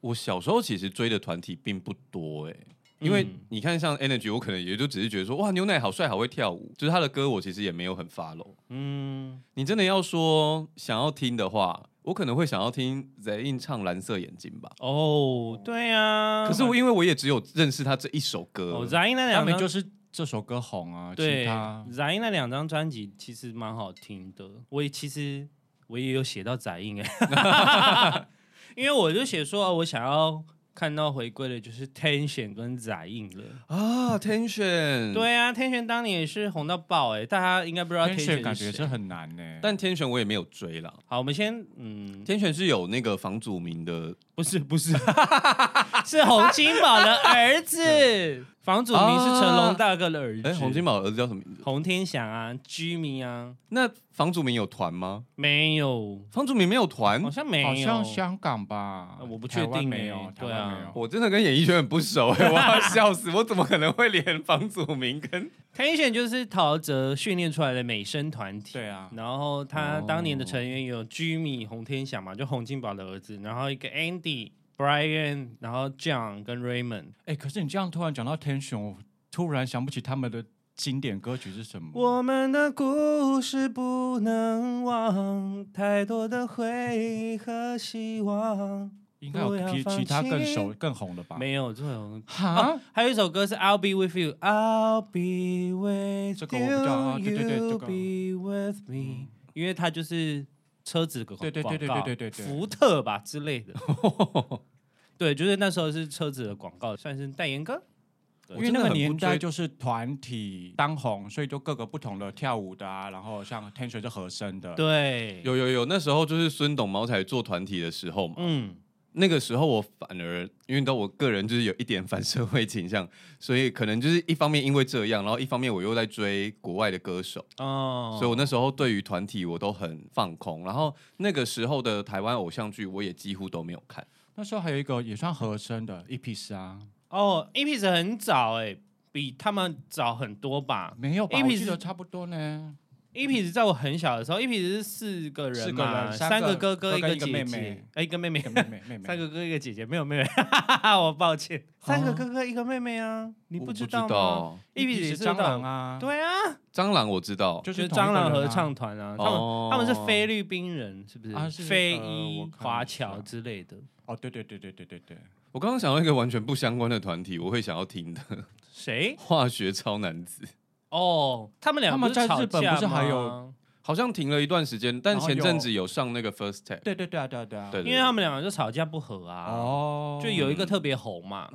Speaker 1: 我小时候其实追的团体并不多哎、因为
Speaker 2: 嗯
Speaker 1: 你看像 Energy，我可能也就只是觉得说哇牛奶好帅，好会跳舞，就是他的歌我其实也没有很 follow。
Speaker 2: 嗯，
Speaker 1: 你真的要说想要听的话，我可能会想要听 Zayn 唱《蓝色眼睛》吧。
Speaker 2: 哦，对呀、啊，
Speaker 1: 可是我因为我也只有认识他这一首歌，
Speaker 2: 哦，杂音那
Speaker 3: 他
Speaker 2: 两
Speaker 3: 们
Speaker 2: 张
Speaker 3: 就是这首歌红啊，其
Speaker 2: 对
Speaker 3: 他，
Speaker 2: 杂音那两张专辑其实蛮好听的。我也其实我也有写到杂音哎， 因为我就写说、哦我想要看到回归的就是 Tension 跟杂音了。
Speaker 1: 啊
Speaker 3: 嗯
Speaker 1: Tension，，
Speaker 2: 对啊，Tension 当年也是红到爆哎，大家应该不知道
Speaker 3: 天选
Speaker 2: Tension
Speaker 3: 感
Speaker 2: 是
Speaker 3: 觉
Speaker 2: 谁
Speaker 3: 是很难 呢。
Speaker 1: 但 Tension 我也没有追啦。
Speaker 2: 好，我们先嗯，
Speaker 1: Tension 是有那个房祖名的，
Speaker 2: 不是不 是，是洪金宝的儿 子，房祖名是成龙大哥的
Speaker 3: 啊
Speaker 2: 儿子，
Speaker 1: 哎，洪金宝儿子叫什么名字？
Speaker 2: 洪天祥啊，Jimmy 啊，
Speaker 1: 那房祖名有团吗？
Speaker 2: 没有，
Speaker 1: 房祖名没有团
Speaker 2: 好，像没有，
Speaker 3: 好像香港吧
Speaker 2: 呃，我不
Speaker 3: 台
Speaker 2: 确
Speaker 3: 湾
Speaker 2: 定
Speaker 3: 没
Speaker 2: 欸
Speaker 3: 有，台
Speaker 2: 对
Speaker 3: 湾
Speaker 2: 啊
Speaker 3: 没有。
Speaker 1: 我真的跟演艺圈很不熟 哎，我要笑死，我怎么可能会连房祖名跟
Speaker 2: Tension 就是陶喆训练出来的美声团体，
Speaker 3: 对啊
Speaker 2: 然后他当年的成员有 Jimmy 洪天祥嘛，就洪金宝的儿子，然后一个 Andy Brian，然后 John 跟 Raymond。
Speaker 3: 哎、可是你这样突然讲到 Tension，我突然想不起他们的经典歌曲是什么。
Speaker 2: 我们的故事不能忘，太多的回忆和希望。
Speaker 3: 应该有比其他更熟、更红的吧？
Speaker 2: 没啊有这种，
Speaker 3: 哈，
Speaker 2: 还有一首歌是 I'll be with you，I'll be with
Speaker 3: 这个我不知道啊
Speaker 2: you，
Speaker 3: 对对对
Speaker 2: you'll
Speaker 3: 这个
Speaker 2: be with me，、因为它就是车子的广
Speaker 3: 对对对对
Speaker 2: 广告
Speaker 3: 对对对对
Speaker 2: 福特吧之类 的，对，就是那时候是车子的广告，算是代言歌。
Speaker 3: 因为那
Speaker 1: 我真的很
Speaker 3: 个
Speaker 1: 不
Speaker 3: 年代
Speaker 1: 追
Speaker 3: 就是团体当红，所以就各个不同的跳舞的啊，然后像 Tension 是和声的，
Speaker 2: 对，
Speaker 1: 有有有，那时候就是孙董毛才做团体的时候嘛。
Speaker 2: 嗯，
Speaker 1: 那个时候我反而，因为到我个人就是有一点反社会倾向，所以可能就是一方面因为这样，然后一方面我又在追国外的歌手，
Speaker 2: 哦，
Speaker 1: 所以我那时候对于团体我都很放空。然后那个时候的台湾偶像剧我也几乎都没有看。
Speaker 3: 那时候还有一个也算和声的 e p s 啊，
Speaker 2: 哦 e p i s 欸很早哎、比他们早很多吧？E
Speaker 3: 没有吧？我
Speaker 2: Apis
Speaker 3: 记得差不多呢。
Speaker 2: 一匹子在我很小的时候，一，E 匹子是四个人
Speaker 3: 四个
Speaker 2: 嘛，
Speaker 3: 人
Speaker 2: 三
Speaker 3: 三
Speaker 2: 个
Speaker 3: 个
Speaker 2: 哥哥
Speaker 3: 哥哥
Speaker 2: 个
Speaker 3: 一个
Speaker 2: 姐
Speaker 3: 妹
Speaker 2: 姐
Speaker 3: 妹，
Speaker 2: 哎一个妹妹
Speaker 3: 一，个妹妹妹妹，
Speaker 2: 三个哥哥一个姐姐，没有妹妹， 哈哈，我抱歉，三个
Speaker 3: 哦
Speaker 2: 哥哥一个妹妹啊，你
Speaker 1: 我
Speaker 2: 不
Speaker 1: 不
Speaker 2: 知
Speaker 1: 知
Speaker 2: 道吗？
Speaker 1: 道
Speaker 2: 一匹
Speaker 3: 是
Speaker 2: 子
Speaker 3: 蟑螂
Speaker 2: 啊，
Speaker 3: 啊，，
Speaker 2: 对啊，
Speaker 1: 蟑螂我知道，
Speaker 3: 就
Speaker 2: 就是是
Speaker 3: 同一个
Speaker 2: 蟑
Speaker 3: 人啊
Speaker 2: 螂合唱团啊，他们
Speaker 1: 哦
Speaker 2: 他们是菲律宾人，是不
Speaker 3: 啊
Speaker 2: 是？
Speaker 3: 是
Speaker 2: 非
Speaker 3: 呃我
Speaker 2: 裔
Speaker 3: 看
Speaker 2: 华
Speaker 3: 一下
Speaker 2: 侨之类的，
Speaker 3: 哦，对对对对对对对，
Speaker 1: 我刚刚想到一个完全不相关的团体，我会想要听的
Speaker 2: 谁？
Speaker 1: 化学超男子，
Speaker 2: 哦，他们俩
Speaker 3: 他
Speaker 2: 不
Speaker 3: 们
Speaker 2: 是
Speaker 3: 在
Speaker 2: 吵
Speaker 3: 日本
Speaker 2: 架
Speaker 3: 不是还有
Speaker 2: 吗
Speaker 1: 好像停了一段时间，但
Speaker 3: 然后
Speaker 1: 前阵
Speaker 3: 有
Speaker 1: 子有上那个 First Tap，
Speaker 3: 对对对啊对啊对啊，
Speaker 1: 对
Speaker 2: 因为他们两个就吵架不和啊，
Speaker 3: 哦，
Speaker 2: 就有一个特别红嘛，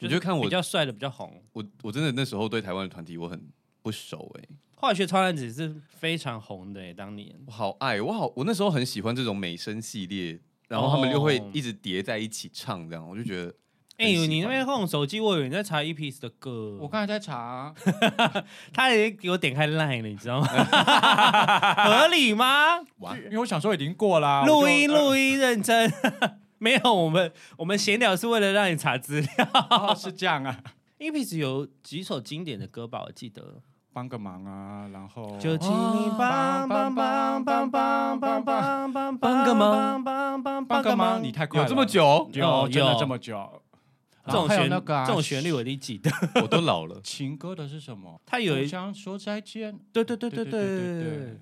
Speaker 1: 你就看我
Speaker 2: 比较帅的比较红。
Speaker 1: 我我真的那时候对台湾的团体我很不熟哎、
Speaker 2: 化学超男子是非常红的欸，当年
Speaker 1: 我好爱我好我那时候很喜欢这种美声系列，然后他们就会一直叠在一起唱这样，我就觉得
Speaker 2: 哎、
Speaker 1: 很喜欢
Speaker 2: 你那边用手机，我以为你在查 E P S 的歌，
Speaker 3: 我刚才在查，
Speaker 2: 他已经给我点开 Line 了，你知道吗？合理吗？
Speaker 1: 哇
Speaker 3: 因为我想说已经过啦，
Speaker 2: 录
Speaker 3: 我就
Speaker 2: 音
Speaker 3: 呃
Speaker 2: 录音认真，没有我们我们闲聊是为了让你查资料。
Speaker 3: 哦是这样啊，
Speaker 2: E P S 有几首经典的歌吧，我记得。
Speaker 3: 帮个忙啊，然后哦
Speaker 2: 就请你帮帮帮帮帮帮帮帮帮帮帮
Speaker 3: 帮个忙，
Speaker 2: 忙
Speaker 3: 你太快
Speaker 1: 有
Speaker 3: 了，
Speaker 1: 这么 久，
Speaker 2: 有
Speaker 3: 有真的
Speaker 2: 有
Speaker 3: 这么久，
Speaker 2: 这种
Speaker 3: 然后还有
Speaker 2: 旋
Speaker 3: 那个啊。
Speaker 2: 这种旋律我一定记得。
Speaker 1: 我都老了
Speaker 3: 情歌的是什么？
Speaker 2: 他有
Speaker 3: 互
Speaker 2: 一
Speaker 3: 相说再见，
Speaker 2: 对对对
Speaker 3: 对
Speaker 2: 对
Speaker 3: 对对
Speaker 2: 对
Speaker 3: 对，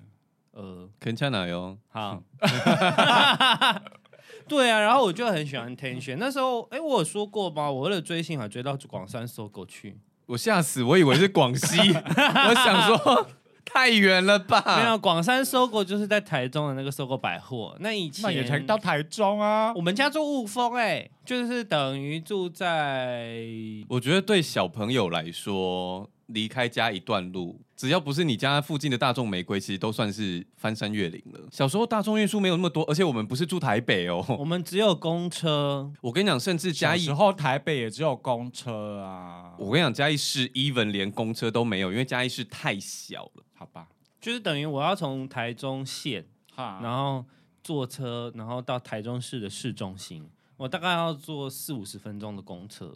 Speaker 2: 呃，
Speaker 1: 肯恰奶哟，
Speaker 2: 好，
Speaker 3: 嗯
Speaker 2: 对啊，然后我就很喜欢天选。那时候，哎，我有说过吗？我为了追星，还追到广山搜狗去。
Speaker 1: 我吓死，我以为是广西，我想说太远了
Speaker 2: 没
Speaker 1: 吧？
Speaker 2: 有，广山搜狗就是在台中的那个搜狗百货。那以前
Speaker 3: 那也才到台中啊，
Speaker 2: 我们家住雾峰、哎，就是等于住在
Speaker 1: 我觉得对小朋友来说，离开家一段路，只要不是你家附近的大众玫瑰，其实都算是翻山越岭了。小时候大众运输没有那么多，而且我们不是住台北哦。
Speaker 2: 我们只有公车，
Speaker 1: 我跟你讲，甚至嘉
Speaker 3: 小
Speaker 1: 义
Speaker 3: 时候台北也只有公车啊，
Speaker 1: 我跟你讲，嘉义市 even 连公车都没有，因为嘉义市太小了。
Speaker 3: 好吧，
Speaker 2: 就是等于我要从台中县，
Speaker 3: 哈，
Speaker 2: 然后坐车，然后到台中市的市中心，我大概要坐四五十分钟的公车。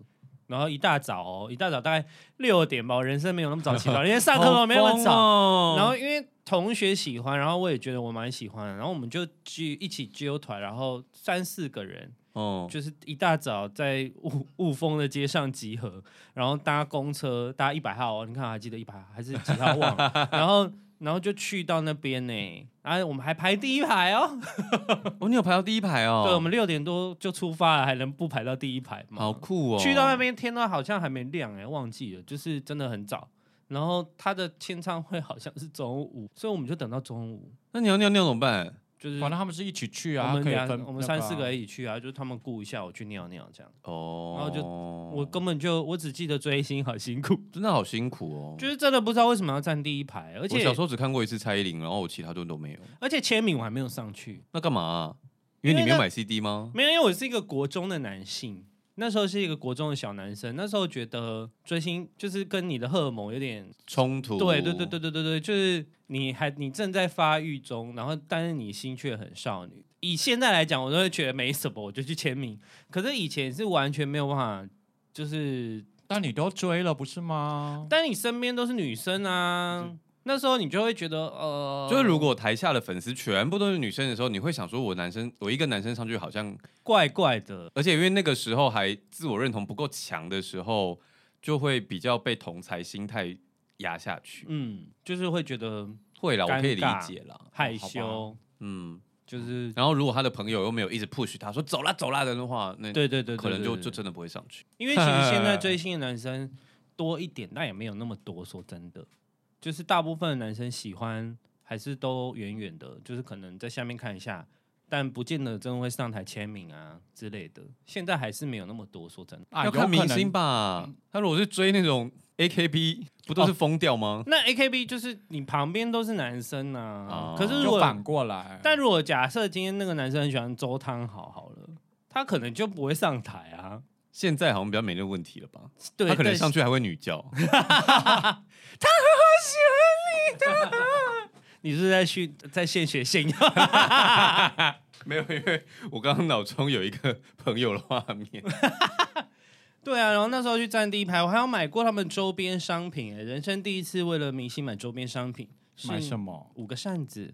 Speaker 2: 然后一大早哦，一大早大概六点吧，我人生没有那么早起床，因为上课都没那么早。
Speaker 1: 早
Speaker 2: 然后因为同学喜欢，然后我也觉得我蛮喜欢的，然后我们就去一起揪团，然后三四个人，
Speaker 1: 哦，
Speaker 2: 就是一大早在雾雾峰的街上集合，然后搭公车搭一百号、哦，你看我还记得一百还是几号忘了，然后然后就去到那边呢，然后我们还排第一排哦，
Speaker 1: 哦，你有排到第一排哦，
Speaker 2: 对，我们六点多就出发了，还能不排到第一排吗？
Speaker 1: 好酷哦，
Speaker 2: 去到那边天都好像还没亮哎、忘记了，就是真的很早。然后他的签唱会好像是中午，所以我们就等到中午，
Speaker 1: 那你要尿尿怎么办？
Speaker 2: 就是
Speaker 3: 反正他们是一起去
Speaker 2: 嗯我
Speaker 3: 啊，
Speaker 2: 们
Speaker 3: 可以
Speaker 2: 两
Speaker 3: 分
Speaker 2: 我们
Speaker 3: 那
Speaker 2: 三
Speaker 3: 啊
Speaker 2: 四个一起去啊，就是他们顾一下我去尿尿这样。
Speaker 1: 哦，
Speaker 2: 然后就我根本就我只记得追星好辛苦，
Speaker 1: 真的好辛苦哦，
Speaker 2: 就是真的不知道为什么要站第一排，而
Speaker 1: 我
Speaker 2: 且
Speaker 1: 小时候只看过一次蔡依林，然后我其他都都没有。
Speaker 2: 而且签名我还没有上去，
Speaker 1: 那干嘛啊、因为
Speaker 2: 因为
Speaker 1: 你没有
Speaker 2: 那
Speaker 1: 买 CD 吗？
Speaker 2: 没有，因为我是一个国中的男性，那时候是一个国中的小男生，那时候觉得追星就是跟你的荷尔蒙有点，
Speaker 1: 冲突，
Speaker 2: 对对对，对对对对，就是你还你正在发育中，然后但是你心却很少女。以现在来讲，我都会觉得没什么，我就去签名。可是以前是完全没有办法，就是
Speaker 3: 但你都追了不是吗？
Speaker 2: 但你身边都是女生啊，那时候你就会觉得呃，
Speaker 1: 就是如果台下的粉丝全部都是女生的时候，你会想说，我男生，我一个男生上去好像，呃
Speaker 2: 怪怪的，
Speaker 1: 而且因为那个时候还自我认同不够强的时候，就会比较被同才心态压下去。
Speaker 2: 嗯，就是会觉得
Speaker 1: 会啦，我可以理
Speaker 2: 尴尬
Speaker 1: 解啦。
Speaker 2: 害
Speaker 3: 哦好
Speaker 2: 羞，
Speaker 1: 嗯，
Speaker 2: 就是
Speaker 1: 然后如果他的朋友又没有一直 push 他说走啦走啦的话，那
Speaker 2: 对对对，对
Speaker 1: 可能就
Speaker 2: 对
Speaker 1: 就
Speaker 2: 对
Speaker 1: 真的不会上去。
Speaker 2: 因为其实现在追星的男生多一点，但也没有那么多，说真的，就是大部分的男生喜欢还是都远远的，就是可能在下面看一下。但不见得真的会上台签名啊之类的，现在还是没有那么多。说真的，
Speaker 3: 啊，
Speaker 1: 要
Speaker 3: 有
Speaker 1: 看
Speaker 3: 可
Speaker 1: 明
Speaker 3: 能
Speaker 1: 星吧。他如果是追那种 AKB，不
Speaker 2: 哦
Speaker 1: 都是疯掉吗？
Speaker 2: 那 A K B 就是你旁边都是男生啊，
Speaker 1: 哦
Speaker 2: 可是如
Speaker 3: 就
Speaker 2: 果
Speaker 3: 反过来，
Speaker 2: 但如果假设今天那个男生很喜欢周汤豪，好了，他可能就不会上台啊。
Speaker 1: 现在好像比较没那个问题了吧？
Speaker 2: 对，
Speaker 1: 他可能
Speaker 2: 对
Speaker 1: 上去还会女教。
Speaker 2: 你是不是在去在现学现用，
Speaker 1: 没有，因为我刚刚脑中有一个朋友的画面。
Speaker 2: 对啊。然后那时候去站第一排，我还有买过他们周边商品、欸，人生第一次为了明星买周边商品，
Speaker 3: 买
Speaker 2: 是
Speaker 3: 什么？
Speaker 2: 五个扇 子，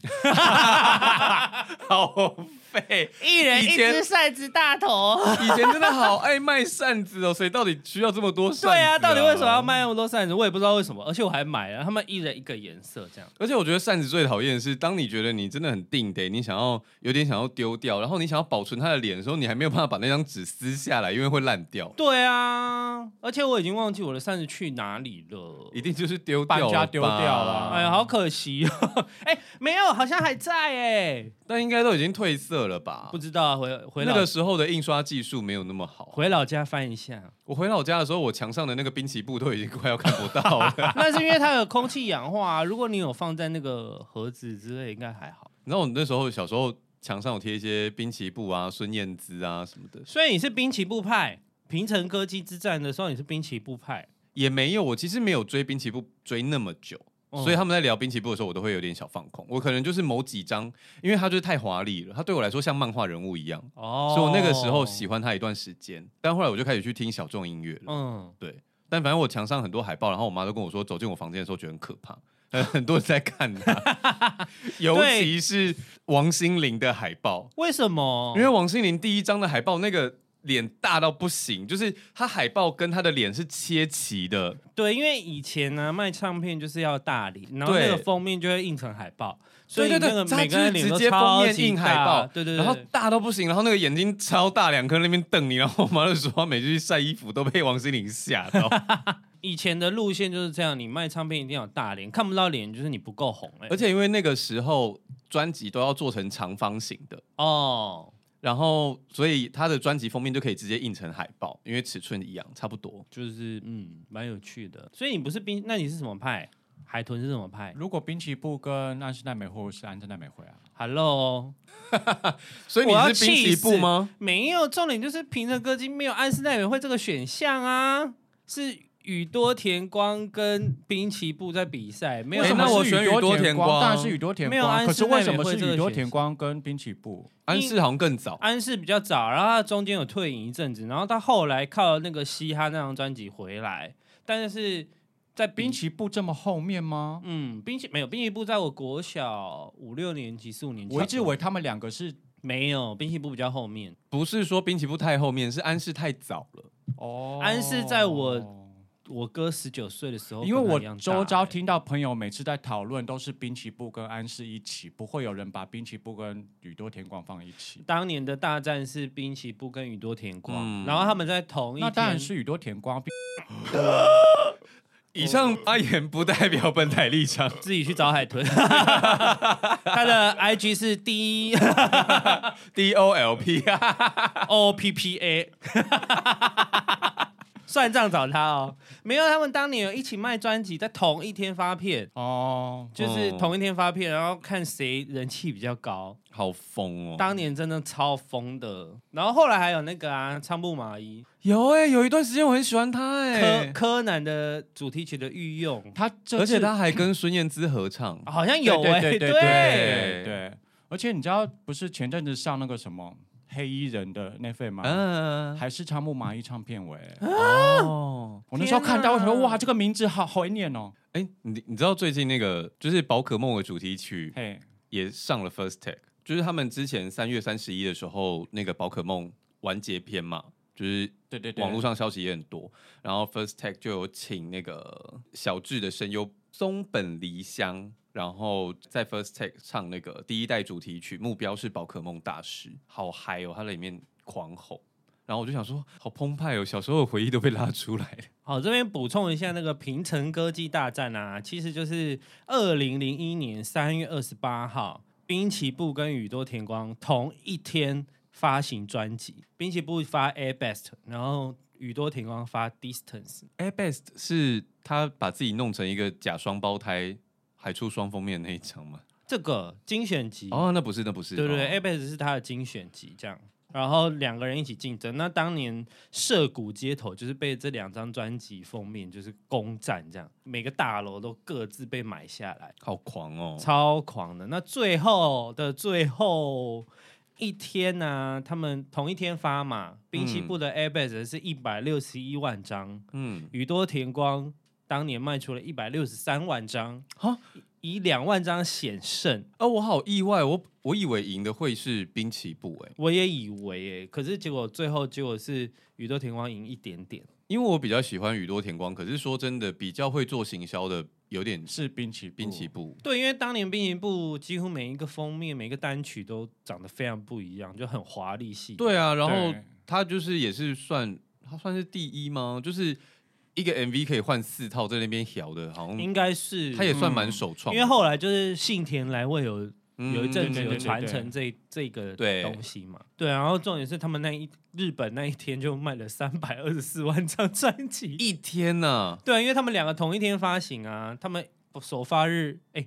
Speaker 1: 好废。
Speaker 2: 一人一
Speaker 1: 以前
Speaker 2: 只扇子大头。
Speaker 1: 以前真的好爱卖扇子哦，所以到底需要这么多扇子、
Speaker 2: 对啊，到底为什么要？卖那么多扇子？我也不知道为什么，而且我还买了，他们一人一个颜色这样。
Speaker 1: 而且我觉得扇子最讨厌的是，当你觉得你真的很定得，你想要有点想要丢掉，然后你想要保存它的脸的时候，你还没有办法把那张纸撕下来，因为会烂掉，
Speaker 2: 对啊，而且我已经忘记我的扇子去哪里了。
Speaker 1: 一定就是丢掉
Speaker 3: 搬家丢掉
Speaker 1: 了
Speaker 3: 了
Speaker 1: 吧。
Speaker 2: 哎呀，好可惜 哦！哎、没有，好像还在哎，
Speaker 1: 但应该都已经褪色了吧？
Speaker 2: 不知道回回
Speaker 1: 那
Speaker 2: 老、
Speaker 1: 个时候的印刷技术没有那么好。
Speaker 2: 回老家翻 一下，
Speaker 1: 我回老家的时候，我墙上的那个滨崎步都已经快要看不到了。
Speaker 2: 那是因为它有空气氧化、啊。如果你有放在那个盒子之类，应该还好。
Speaker 1: 你知道我那时候小时候墙上有贴一些滨崎步啊、孙燕姿啊什么的，
Speaker 2: 所以你是滨崎步派，平城歌姬之战的时候你是滨崎步派，
Speaker 1: 也没有。我其实没有追滨崎步追那么久，
Speaker 2: 嗯
Speaker 1: 所以他们在聊滨崎步的时候，我都会有点小放空。我可能就是某几张，因为他就是太华丽了，他对我来说像漫画人物一样，
Speaker 2: 哦
Speaker 1: 所以我那个时候喜欢他一段时间。但后来我就开始去听小众音乐了。
Speaker 2: 嗯，
Speaker 1: 对，但反正我墙上很多海报，然后我妈都跟我说，走进我房间的时候觉得很可怕， 呃很多人在看他， 尤其是王心凌的海报，
Speaker 2: 为什么？
Speaker 1: 因为王心凌第一张的海报那个。脸大到不行，就是她海报跟她的脸是切齐的，
Speaker 2: 对，因为以前呢、卖唱片就是要大脸，然后
Speaker 1: 对
Speaker 2: 那个封面就会印成海报，所
Speaker 1: 对对
Speaker 2: 以那
Speaker 1: 对，
Speaker 2: 个
Speaker 1: 她
Speaker 2: 每个人
Speaker 1: 就是
Speaker 2: 脸
Speaker 1: 直
Speaker 2: 都
Speaker 1: 接封
Speaker 2: 超
Speaker 1: 面
Speaker 2: 级
Speaker 1: 印
Speaker 2: 大
Speaker 1: 海报，
Speaker 2: 对对对，
Speaker 1: 然后大到不行，然后那个眼睛超大，两颗那边瞪你，然后我妈就说她每次去晒衣服都被王心凌吓 到，
Speaker 2: 以前的路线就是这样，你卖唱片一定要有大脸，看不到脸就是你不够红、欸，
Speaker 1: 而且因为那个时候专辑都要做成长方形的，
Speaker 2: 哦，
Speaker 1: 然后，所以他的专辑封面就可以直接印成海报，因为尺寸一样，差不多。
Speaker 2: 就是嗯，蛮有趣的。所以你不是冰，那你是什么派？海豚是什么派
Speaker 3: 如果滨崎步跟安室奈美惠，我是安室奈美惠啊。
Speaker 2: ？Hello，
Speaker 1: 所以
Speaker 2: 我要
Speaker 1: 你是滨崎步吗？
Speaker 2: 没有重点就是平成歌姬没有安室奈美惠这个选项啊，是宇多田光跟滨崎步在比赛，没有
Speaker 1: 哎
Speaker 2: 什么
Speaker 1: 那我
Speaker 3: 是
Speaker 1: 选宇
Speaker 3: 宇
Speaker 1: 多
Speaker 3: 多
Speaker 1: 田
Speaker 3: 田
Speaker 1: 光
Speaker 3: 当然是宇多田
Speaker 2: 没有安
Speaker 3: 光。可
Speaker 2: 室
Speaker 3: 是
Speaker 2: 奈
Speaker 3: 为什
Speaker 2: 美
Speaker 3: 么
Speaker 2: 惠
Speaker 3: 是
Speaker 2: 这个
Speaker 3: 宇多
Speaker 2: 选
Speaker 3: 田
Speaker 2: 项
Speaker 3: 光跟滨崎步？
Speaker 1: 安室好像更早，
Speaker 2: 安室比较早，然后他中间有退隐一阵子，然后他后来靠那个嘻哈那张专辑回来，但是在冰
Speaker 3: 滨崎步这么后面吗？
Speaker 2: 嗯，冰淇没有冰淇淋部，在我国小五六年级、四五年级，
Speaker 3: 我一直以为他们两个是
Speaker 2: 没有冰淇淋部比较后面。
Speaker 1: 不是说滨崎步太后面，是安室太早了。
Speaker 3: 哦
Speaker 2: 安室在我我哥十九岁的时候，
Speaker 3: 因为
Speaker 2: 跟他
Speaker 3: 我
Speaker 2: 一样大
Speaker 3: 周遭
Speaker 2: 欸
Speaker 3: 听到朋友每次在讨论都是滨崎步跟安室一起，不会有人把滨崎步跟宇多田光放一起。
Speaker 2: 当年的大战是滨崎步跟宇多田光，
Speaker 1: 嗯
Speaker 2: 然后他们在同一
Speaker 3: 那当然
Speaker 2: 天。
Speaker 3: 是宇多田光，
Speaker 1: 以上发言不代表本台立场。
Speaker 2: 自己去找海豚， 他的 IG 是 D
Speaker 1: D O L P 啊，
Speaker 2: O P P A，算账找他哦。没有，他们当年有一起卖专辑，在同一天发片，
Speaker 3: 哦，
Speaker 2: 就是
Speaker 1: 哦
Speaker 2: 同一天发片，然后看谁人气比较高。
Speaker 1: 好疯哦！
Speaker 2: 当年真的超疯的，然后后来还有那个啊，仓木麻衣、
Speaker 1: 有哎、有一段时间我很喜欢他哎、
Speaker 2: 柯柯南的主题曲的御用，
Speaker 3: 他这
Speaker 1: 而且
Speaker 3: 次
Speaker 1: 他还跟孙燕姿合唱。
Speaker 2: 好像有哎、
Speaker 3: 对对对
Speaker 1: 对
Speaker 3: 对对，而且你知道不是前阵子上那个什么黑衣人的那份吗？
Speaker 1: 嗯、啊
Speaker 3: 还是仓木麻衣唱片尾，
Speaker 1: 哦，
Speaker 3: 我那时候看到，我
Speaker 2: 天
Speaker 3: 想
Speaker 2: 哪
Speaker 3: 说哇，这个名字好好怀念哦。
Speaker 1: 哎、你你知道最近那个就是宝可梦的主题曲
Speaker 3: 嘿，
Speaker 1: 也上了 First Take，就是他们之前三月三十一的时候，那个宝可梦完结篇嘛，就是
Speaker 3: 对对对，
Speaker 1: 网络上消息也很多。然后 First Take 就有请那个小智的声优松本梨香，然后在 First Take 唱那个第一代主题曲，目标是宝可梦大师，好嗨哦！他在里面狂吼。然后我就想说，好澎湃哦！小时候的回忆都被拉出来了。
Speaker 2: 好，这边补充一下，那个平成歌姬大战啊，其实就是二零零一年三月二十八号，滨崎步跟宇多田光同一天发行专辑，滨崎步发 Air Best，然后宇多田光发 Distance。
Speaker 1: Air Best 是他把自己弄成一个假双胞胎，还出双封面的那一张吗？
Speaker 2: 这个精选集，
Speaker 1: 哦，那不是，那不是，
Speaker 2: 对对对
Speaker 1: 哦
Speaker 2: a b e s 是他的精选集这样。然后两个人一起竞争，那当年涉谷街头就是被这两张专辑封面就是攻占，这样每个大楼都各自被买下来，
Speaker 1: 好狂哦！
Speaker 2: 超狂的。那最后的最后一天呢、他们同一天发嘛，滨崎步的 Airbase 是一百六十一万张，
Speaker 1: 嗯，
Speaker 2: 宇多田光当年卖出了一百六十三万张，
Speaker 1: 啊，
Speaker 2: 以两万张险胜，
Speaker 1: 哦，我好意外，我我以为赢的会是滨崎步哎、
Speaker 2: 我也以为诶，可是结果最后结果是宇多田光赢一点点。
Speaker 1: 因为我比较喜欢宇多田光，可是说真的，比较会做行销的有点是
Speaker 3: 是滨崎步
Speaker 1: 滨崎步。
Speaker 2: 对，因为当年滨崎步几乎每一个封面、每一个单曲都长得非常不一样，就很华丽系。
Speaker 1: 对啊，然后
Speaker 3: 对
Speaker 1: 他就是也是算他算是第一吗？就是一个 MV 可以换四套，在那边摇的，好像
Speaker 2: 应该是嗯
Speaker 1: 他也算蛮首创
Speaker 2: 因
Speaker 1: 的，
Speaker 2: 为后来就是信田来未有
Speaker 1: 嗯
Speaker 2: 有一阵子
Speaker 3: 对对
Speaker 2: 有
Speaker 3: 对
Speaker 2: 传
Speaker 3: 对
Speaker 2: 承这这个
Speaker 1: 对
Speaker 2: 东西嘛，嗯对，啊然后重点是他们那一日本那一天就卖了三百二十四万张专 辑，
Speaker 1: 一天呢、
Speaker 2: 对啊，因为他们两个同一天发行啊，他们首发日，哎，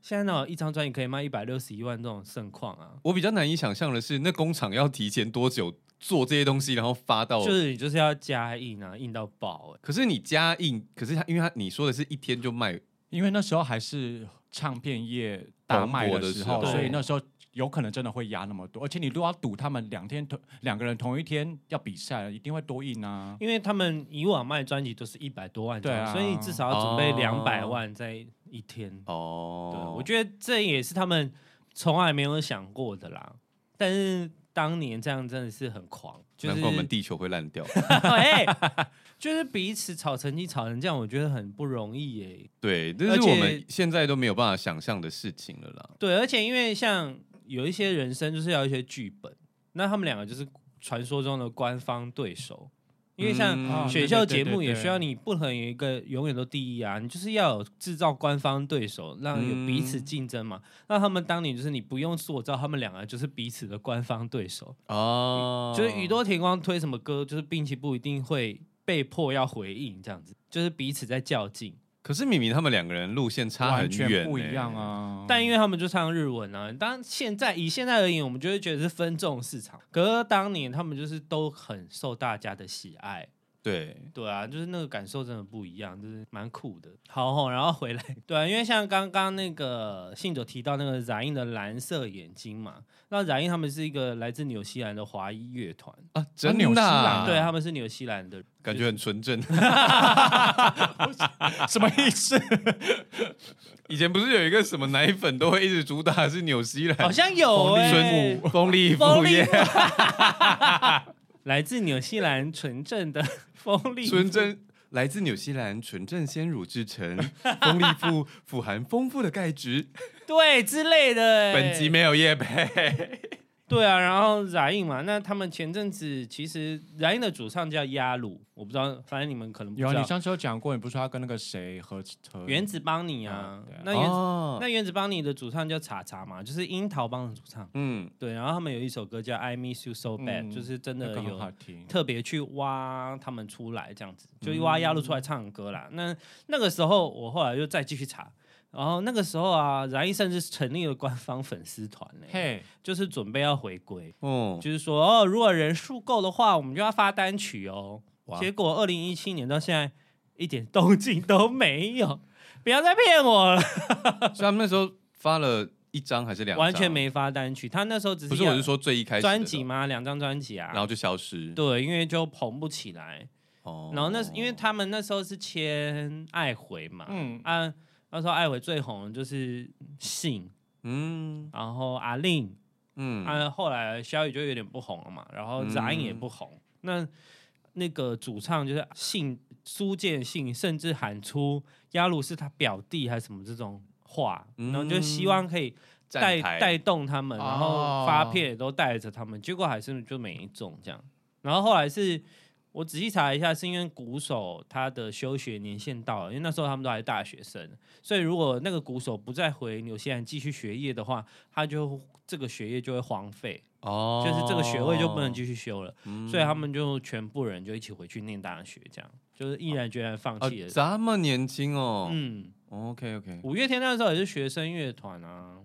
Speaker 2: 现在哪有一张专辑可以卖一百六十一万这种盛况啊？
Speaker 1: 我比较难以想象的是，那工厂要提前多久做这些东西，然后发到。
Speaker 2: 就是你就是要加印啊，印到爆哎、
Speaker 1: 可是你加印，可是他因为他你说的是一天就卖，
Speaker 3: 因为那时候还是唱片业大卖
Speaker 1: 蓬勃的
Speaker 3: 的
Speaker 1: 时
Speaker 3: 时
Speaker 1: 候
Speaker 3: 候，所
Speaker 2: 对
Speaker 3: 以那时候有可能真的会压那么多，而且你如果要赌他们两天同两个人同一天要比赛，一定会多印啊。
Speaker 2: 因为他们以往卖专辑都是一百多万张，
Speaker 3: 对啊
Speaker 2: 所以你至少要准备
Speaker 1: 哦
Speaker 2: 两百万在一天。
Speaker 1: 哦，
Speaker 2: 对，我觉得这也是他们从来没有想过的啦。但是当年这样真的是很狂，就是
Speaker 1: 难怪我 们地球会烂掉。
Speaker 2: 哎、就是彼此吵成绩吵成这样，我觉得很不容易耶、
Speaker 1: 对，这
Speaker 2: 而
Speaker 1: 是
Speaker 2: 且
Speaker 1: 我们现在都没有办法想象的事情了啦。
Speaker 2: 对，而且因为像有一些人生就是要一些剧本，那他们两个就是传说中的官方对手，因为像
Speaker 1: 嗯
Speaker 3: 啊
Speaker 2: 选
Speaker 3: 对
Speaker 2: 秀
Speaker 3: 对
Speaker 2: 节
Speaker 3: 对
Speaker 2: 目
Speaker 3: 对
Speaker 2: 也
Speaker 3: 对
Speaker 2: 需要你不能有一个永远都第一啊，你就是要有制造官方对手，让有彼此
Speaker 1: 嗯
Speaker 2: 竞争嘛。那他们当年就是你不用塑造，他们两个就是彼此的官方对手。
Speaker 1: 哦，
Speaker 2: 就是宇多田光推什么歌，就是滨崎步一定会被迫要回应这样子，就是彼此在较劲。
Speaker 1: 可是明明他们两个人路线差很
Speaker 3: 完
Speaker 1: 远、
Speaker 3: 全不一样！啊！
Speaker 2: 但因为他们就唱日文啊，当然现在以现在而言，我们就会觉得是分众市场。可是当年他们就是都很受大家的喜爱，
Speaker 1: 对，
Speaker 2: 对啊，就是那个感受真的不一样，就是蛮酷的。好吼，然后回来，对、啊，因为像刚刚那个信者提到那个染印的蓝色眼睛嘛，那染印他们是一个来自纽西兰的华裔乐团，
Speaker 1: 啊，真
Speaker 3: 纽西
Speaker 1: 的
Speaker 3: 兰
Speaker 1: 啊、
Speaker 3: 啊
Speaker 2: 对，他们是纽西兰的，
Speaker 1: 感觉很纯正。
Speaker 3: 什么意思？
Speaker 1: 以前不是有一个什么奶粉都会一直主打是纽西兰，
Speaker 2: 好像有哎、
Speaker 1: 孙母风力
Speaker 2: 风
Speaker 1: 妇
Speaker 2: 力
Speaker 1: 业，
Speaker 2: 来自纽西兰纯正的风力
Speaker 1: 纯正。来自纽西兰纯正鲜乳制 成，风力富富含丰富的钙质。
Speaker 2: 对之类的欸、
Speaker 1: 本集没有叶配，
Speaker 2: 对啊，然后染印嘛，那他们前阵子其实染印的主唱叫亚鲁，我不知道，反正你们可能不知
Speaker 3: 有啊，
Speaker 2: 道。
Speaker 3: 你上次有讲过，你不是说他跟那个谁合合
Speaker 2: 原子邦尼啊
Speaker 3: 啊，嗯对啊
Speaker 2: 那原子、
Speaker 1: 哦
Speaker 2: 那原子邦尼的主唱叫查查嘛，就是樱桃帮的主唱。
Speaker 1: 嗯，
Speaker 2: 对，然后他们有一首歌叫《I Miss You So Bad、
Speaker 3: 嗯
Speaker 2: 就是真
Speaker 3: 那
Speaker 2: 的
Speaker 3: 个很好
Speaker 2: 有
Speaker 3: 听，嗯
Speaker 2: 特别去挖他们出来，这样子就挖亚鲁出来唱歌啦。那那个时候我后来又再继续查，然后那个时候啊，染印甚至成立了官方粉丝团呢、
Speaker 3: 嘿，
Speaker 2: 就是准备要回归。
Speaker 1: 哦，
Speaker 2: 就是说，哦，如果人数够的话，我们就要发单曲哦。
Speaker 1: 哇
Speaker 2: 结果二零一七年到现在一点动静都没有，不要再骗我了，
Speaker 1: 所以他们那时候发了一张还是两张，
Speaker 2: 完全。没发单曲。他那时候只
Speaker 1: 不是，
Speaker 2: 要
Speaker 1: 我是说最一开始的时候
Speaker 2: 专辑，吗？两张专辑啊，
Speaker 1: 然后就消失。
Speaker 2: 对，因为就红不起来。
Speaker 1: 哦
Speaker 2: 然后那因为他们那时候是签爱回嘛，
Speaker 3: 嗯，
Speaker 2: 啊，那时候爱回最红的就是信，
Speaker 1: 嗯
Speaker 2: 然后阿令，
Speaker 1: 嗯，
Speaker 2: 啊，后来小雨就有点不红了嘛，然后杂音也不红。那那个主唱就是信苏建信，甚至喊出亚鲁是他表弟还是什么这种话，
Speaker 1: 嗯
Speaker 2: 然后就希望可以
Speaker 1: 站
Speaker 2: 带
Speaker 1: 台
Speaker 2: 带动他们，
Speaker 3: 哦
Speaker 2: 然后发片也都带着他们，结果还是就没中这样。然后后来是我仔细查一下，是因为鼓手他的休学年限到了，因为那时候他们都还是大学生，所以如果那个鼓手不再回纽西兰继续学业的话，他就这个学业就会荒废，
Speaker 1: 哦，
Speaker 2: 就是这个学位就不能继续修了，
Speaker 1: 嗯
Speaker 2: 所以他们就全部人就一起回去念大学，这样就是毅然决然放
Speaker 1: 啊
Speaker 2: 弃了。
Speaker 1: 这么年轻哦。
Speaker 2: 嗯，
Speaker 1: OK OK，
Speaker 2: 五月天那时候也是学生乐团啊，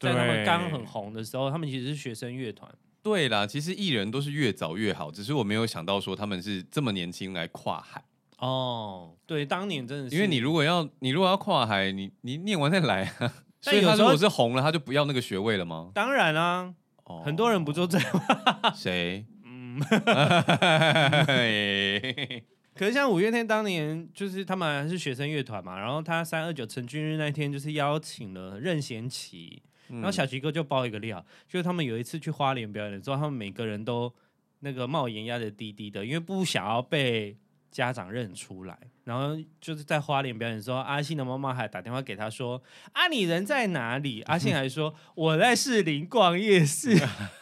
Speaker 2: 在他们刚很红的时候，他们其实是学生乐团。
Speaker 1: 对啦，其实艺人都是越早越好，只是我没有想到说他们是这么年轻来跨海，
Speaker 2: 哦，对，当年真的是，
Speaker 1: 因为你如果要你如果要跨海，你你念完再来啊。所
Speaker 2: 但
Speaker 1: 以
Speaker 2: 有
Speaker 1: 他
Speaker 2: 时
Speaker 1: 如
Speaker 2: 候
Speaker 1: 果是红了，他就不要那个学位了吗？
Speaker 2: 当然啊，
Speaker 1: 哦
Speaker 2: 很多人不就这样。
Speaker 1: 谁？嗯，
Speaker 2: 可是像五月天当年就是他们还是学生乐团嘛，然后他三二九成军日那天就是邀请了任贤齐，
Speaker 1: 嗯
Speaker 2: 然后小齐哥就爆一个料，就是他们有一次去花莲表演的时候，他们每个人都那个帽檐压的低低的，因为不想要被家长认出来。然后就是在花莲表演的时候，阿信的妈妈还打电话给他说：“啊，你人在哪里？”阿信还说：“我在士林逛夜市。”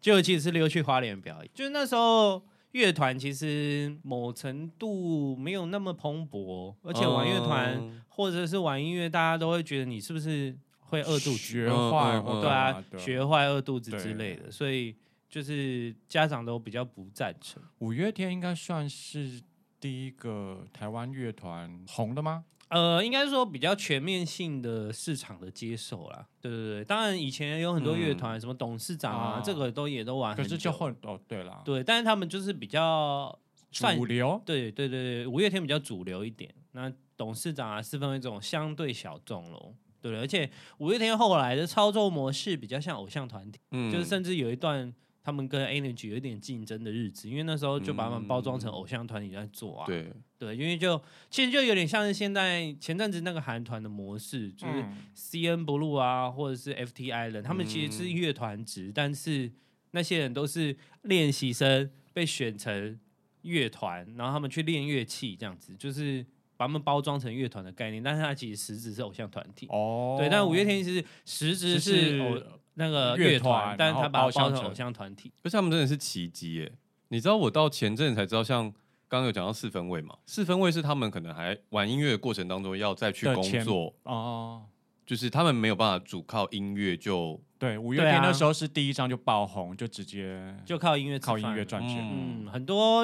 Speaker 2: 就其实是溜去花莲表演，就是那时候乐团其实某程度没有那么蓬勃，而且玩乐团、
Speaker 1: 嗯
Speaker 2: 或者是玩音乐，大家都会觉得你是不是会饿肚子？
Speaker 3: 学坏
Speaker 1: 嗯嗯
Speaker 3: 或
Speaker 1: 嗯
Speaker 2: 对
Speaker 3: 干
Speaker 2: 啊
Speaker 3: 嘛，的
Speaker 2: 学坏饿肚子之类的，所以就是家长都比较不赞成。
Speaker 3: 五月天应该算是第一个台湾乐团红的吗？
Speaker 2: 呃，应该说比较全面性的市场的接受啦，对对对。当然以前有很多乐团，什么董事长啊，
Speaker 3: 啊
Speaker 2: 这个都也都玩很
Speaker 3: 可
Speaker 2: 久，
Speaker 3: 是就混哦，对啦，
Speaker 2: 对，但是他们就是比较算
Speaker 3: 主流
Speaker 2: 对对对对，五月天比较主流一点，那董事长啊、四分卫这种相对小众喽。对，而且五月天后来的操作模式比较像偶像团体，
Speaker 1: 嗯
Speaker 2: 就是甚至有一段他们跟 Energy 有一点竞争的日子，因为那时候就把他们包装成偶像团体在做啊。
Speaker 1: 对，
Speaker 2: 对，因为就其实就有点像是现在前阵子那个韩团的模式，就是
Speaker 3: 嗯
Speaker 2: CN Blue 啊，或者是 FT Island，他们其实是乐团职，但是那些人都是练习生被选成乐团，然后他们去练乐器，这样子就是把他们包装成乐团的概念，但是它其实实质是偶像团体。
Speaker 3: 哦，
Speaker 2: 对，但五月天其实实质是偶那个
Speaker 3: 乐
Speaker 2: 乐团，
Speaker 3: 团
Speaker 2: 但是他
Speaker 3: 然后
Speaker 2: 把它
Speaker 3: 包
Speaker 2: 包
Speaker 3: 装
Speaker 2: 成
Speaker 3: 成
Speaker 2: 偶像团体。
Speaker 1: 而且他们真的是奇迹耶！你知道我到前阵子才知道，像刚刚有讲到四分位嘛，四分位是他们可能还玩音乐的过程当中要再去
Speaker 3: 的
Speaker 1: 工
Speaker 3: 前
Speaker 1: 作，
Speaker 3: 哦，
Speaker 1: 就是他们没有办法主靠音乐就
Speaker 3: 对，五月
Speaker 2: 对啊
Speaker 3: 天那时候是第一张就爆红，就直接
Speaker 2: 就靠音乐吃
Speaker 3: 靠音
Speaker 2: 饭
Speaker 3: 乐
Speaker 2: 了
Speaker 3: 赚钱。
Speaker 2: 嗯，很多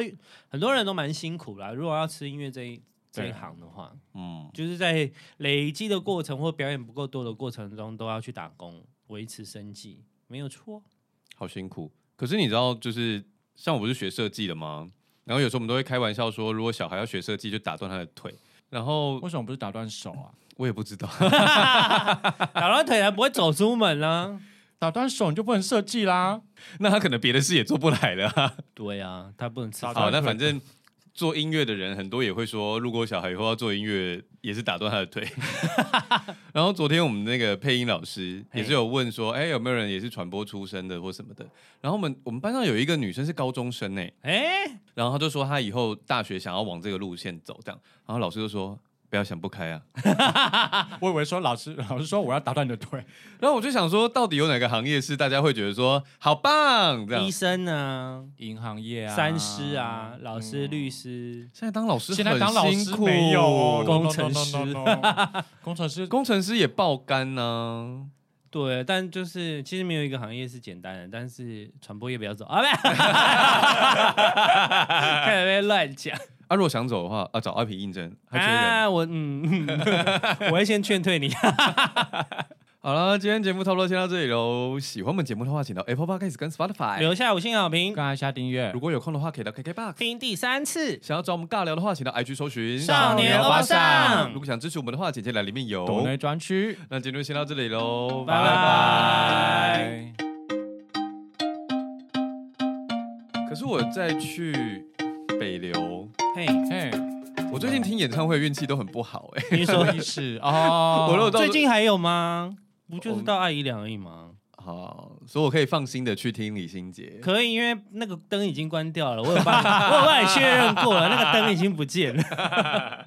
Speaker 2: 很多人都蛮辛苦啦。如果要吃音乐这一这一
Speaker 3: 对啊
Speaker 2: 行的话，
Speaker 1: 嗯
Speaker 2: 就是在累积的过程或表演不够多的过程中，都要去打工维持生计，没有 错。
Speaker 1: 好辛苦。可是你知道，就是像我不是学设计的吗？然后有时候我们都会开玩笑说，如果小孩要学设计，就打断他的腿。然后
Speaker 3: 为什么不是打断手啊？
Speaker 1: 我也不知道，
Speaker 2: 打断腿还不会走出门啊啦、
Speaker 3: 打断手你就不能设计啦。
Speaker 1: 那他可能别的事也做不来了啊、
Speaker 2: 对啊，他不能吃
Speaker 3: 打
Speaker 2: 饭。
Speaker 1: 好，
Speaker 3: 断
Speaker 1: 那
Speaker 3: 腿
Speaker 1: 反正做音乐的人很多也会说，如果小孩以后要做音乐，也是打断他的 腿。然后昨天我们那个配音老师也是有问说，哎、有没有人也是传播出身的或什么的？然后我们我们班上有一个女生是高中生呢、
Speaker 2: 哎、
Speaker 1: 然后她就说她以后大学想要往这个路线走，这样。然后老师就说不要想不开啊。
Speaker 3: 我以为说老师 老师说我要打断你的腿，
Speaker 1: 然后我就想说，到底有哪个行业是大家会觉得说好棒这样
Speaker 2: 医？生啊，
Speaker 3: 银行业啊，嗯
Speaker 2: 三师啊，老师、律师，
Speaker 1: 现在当老师
Speaker 3: 现在当老
Speaker 1: 很辛
Speaker 3: 师
Speaker 1: 苦
Speaker 3: 没有哦
Speaker 1: 工
Speaker 3: no, no, no, no, no, no 工程师
Speaker 1: 工程师也爆肝啊呢、
Speaker 2: 对，但就是其实没有一个行业是简单的，但是传播业不要走啊，不是，开始被乱讲
Speaker 1: 啊，如果想走的话，啊，找阿皮应征，还缺人。
Speaker 2: 啊，我嗯， 我会先劝退你。啊
Speaker 1: 好了，今天节目差不多先到这里喽。喜欢我们节目的话，请到 Apple Podcast 跟 Spotify。
Speaker 2: 留下五星好评，
Speaker 3: 刚才下订阅
Speaker 1: 如果有空的话，可以到 KKBox。
Speaker 2: 听第三次。
Speaker 1: 想要找我们尬聊的话，请到 IG 搜寻
Speaker 2: 少
Speaker 3: 年欧巴
Speaker 2: 桑
Speaker 1: 如果想支持我们的话，简介栏里面有。
Speaker 3: 抖内专区，
Speaker 1: 那今天就先到这里喽，
Speaker 2: 拜拜
Speaker 3: 拜。
Speaker 1: 可是我在去北流，
Speaker 2: 嘿，
Speaker 3: 嘿，
Speaker 1: 我最近听演唱会运气都很不好哎、
Speaker 2: 你说
Speaker 3: 意 思哦，
Speaker 1: 我如果到
Speaker 2: 最近还有吗？不就
Speaker 1: 我
Speaker 2: 是到爱姨两而已吗？
Speaker 1: 好，所以我可以放心的去听李心洁。
Speaker 2: 可以，因为那个灯已经关掉了，我有帮你，我有帮你确认过了，那个灯已经不见了。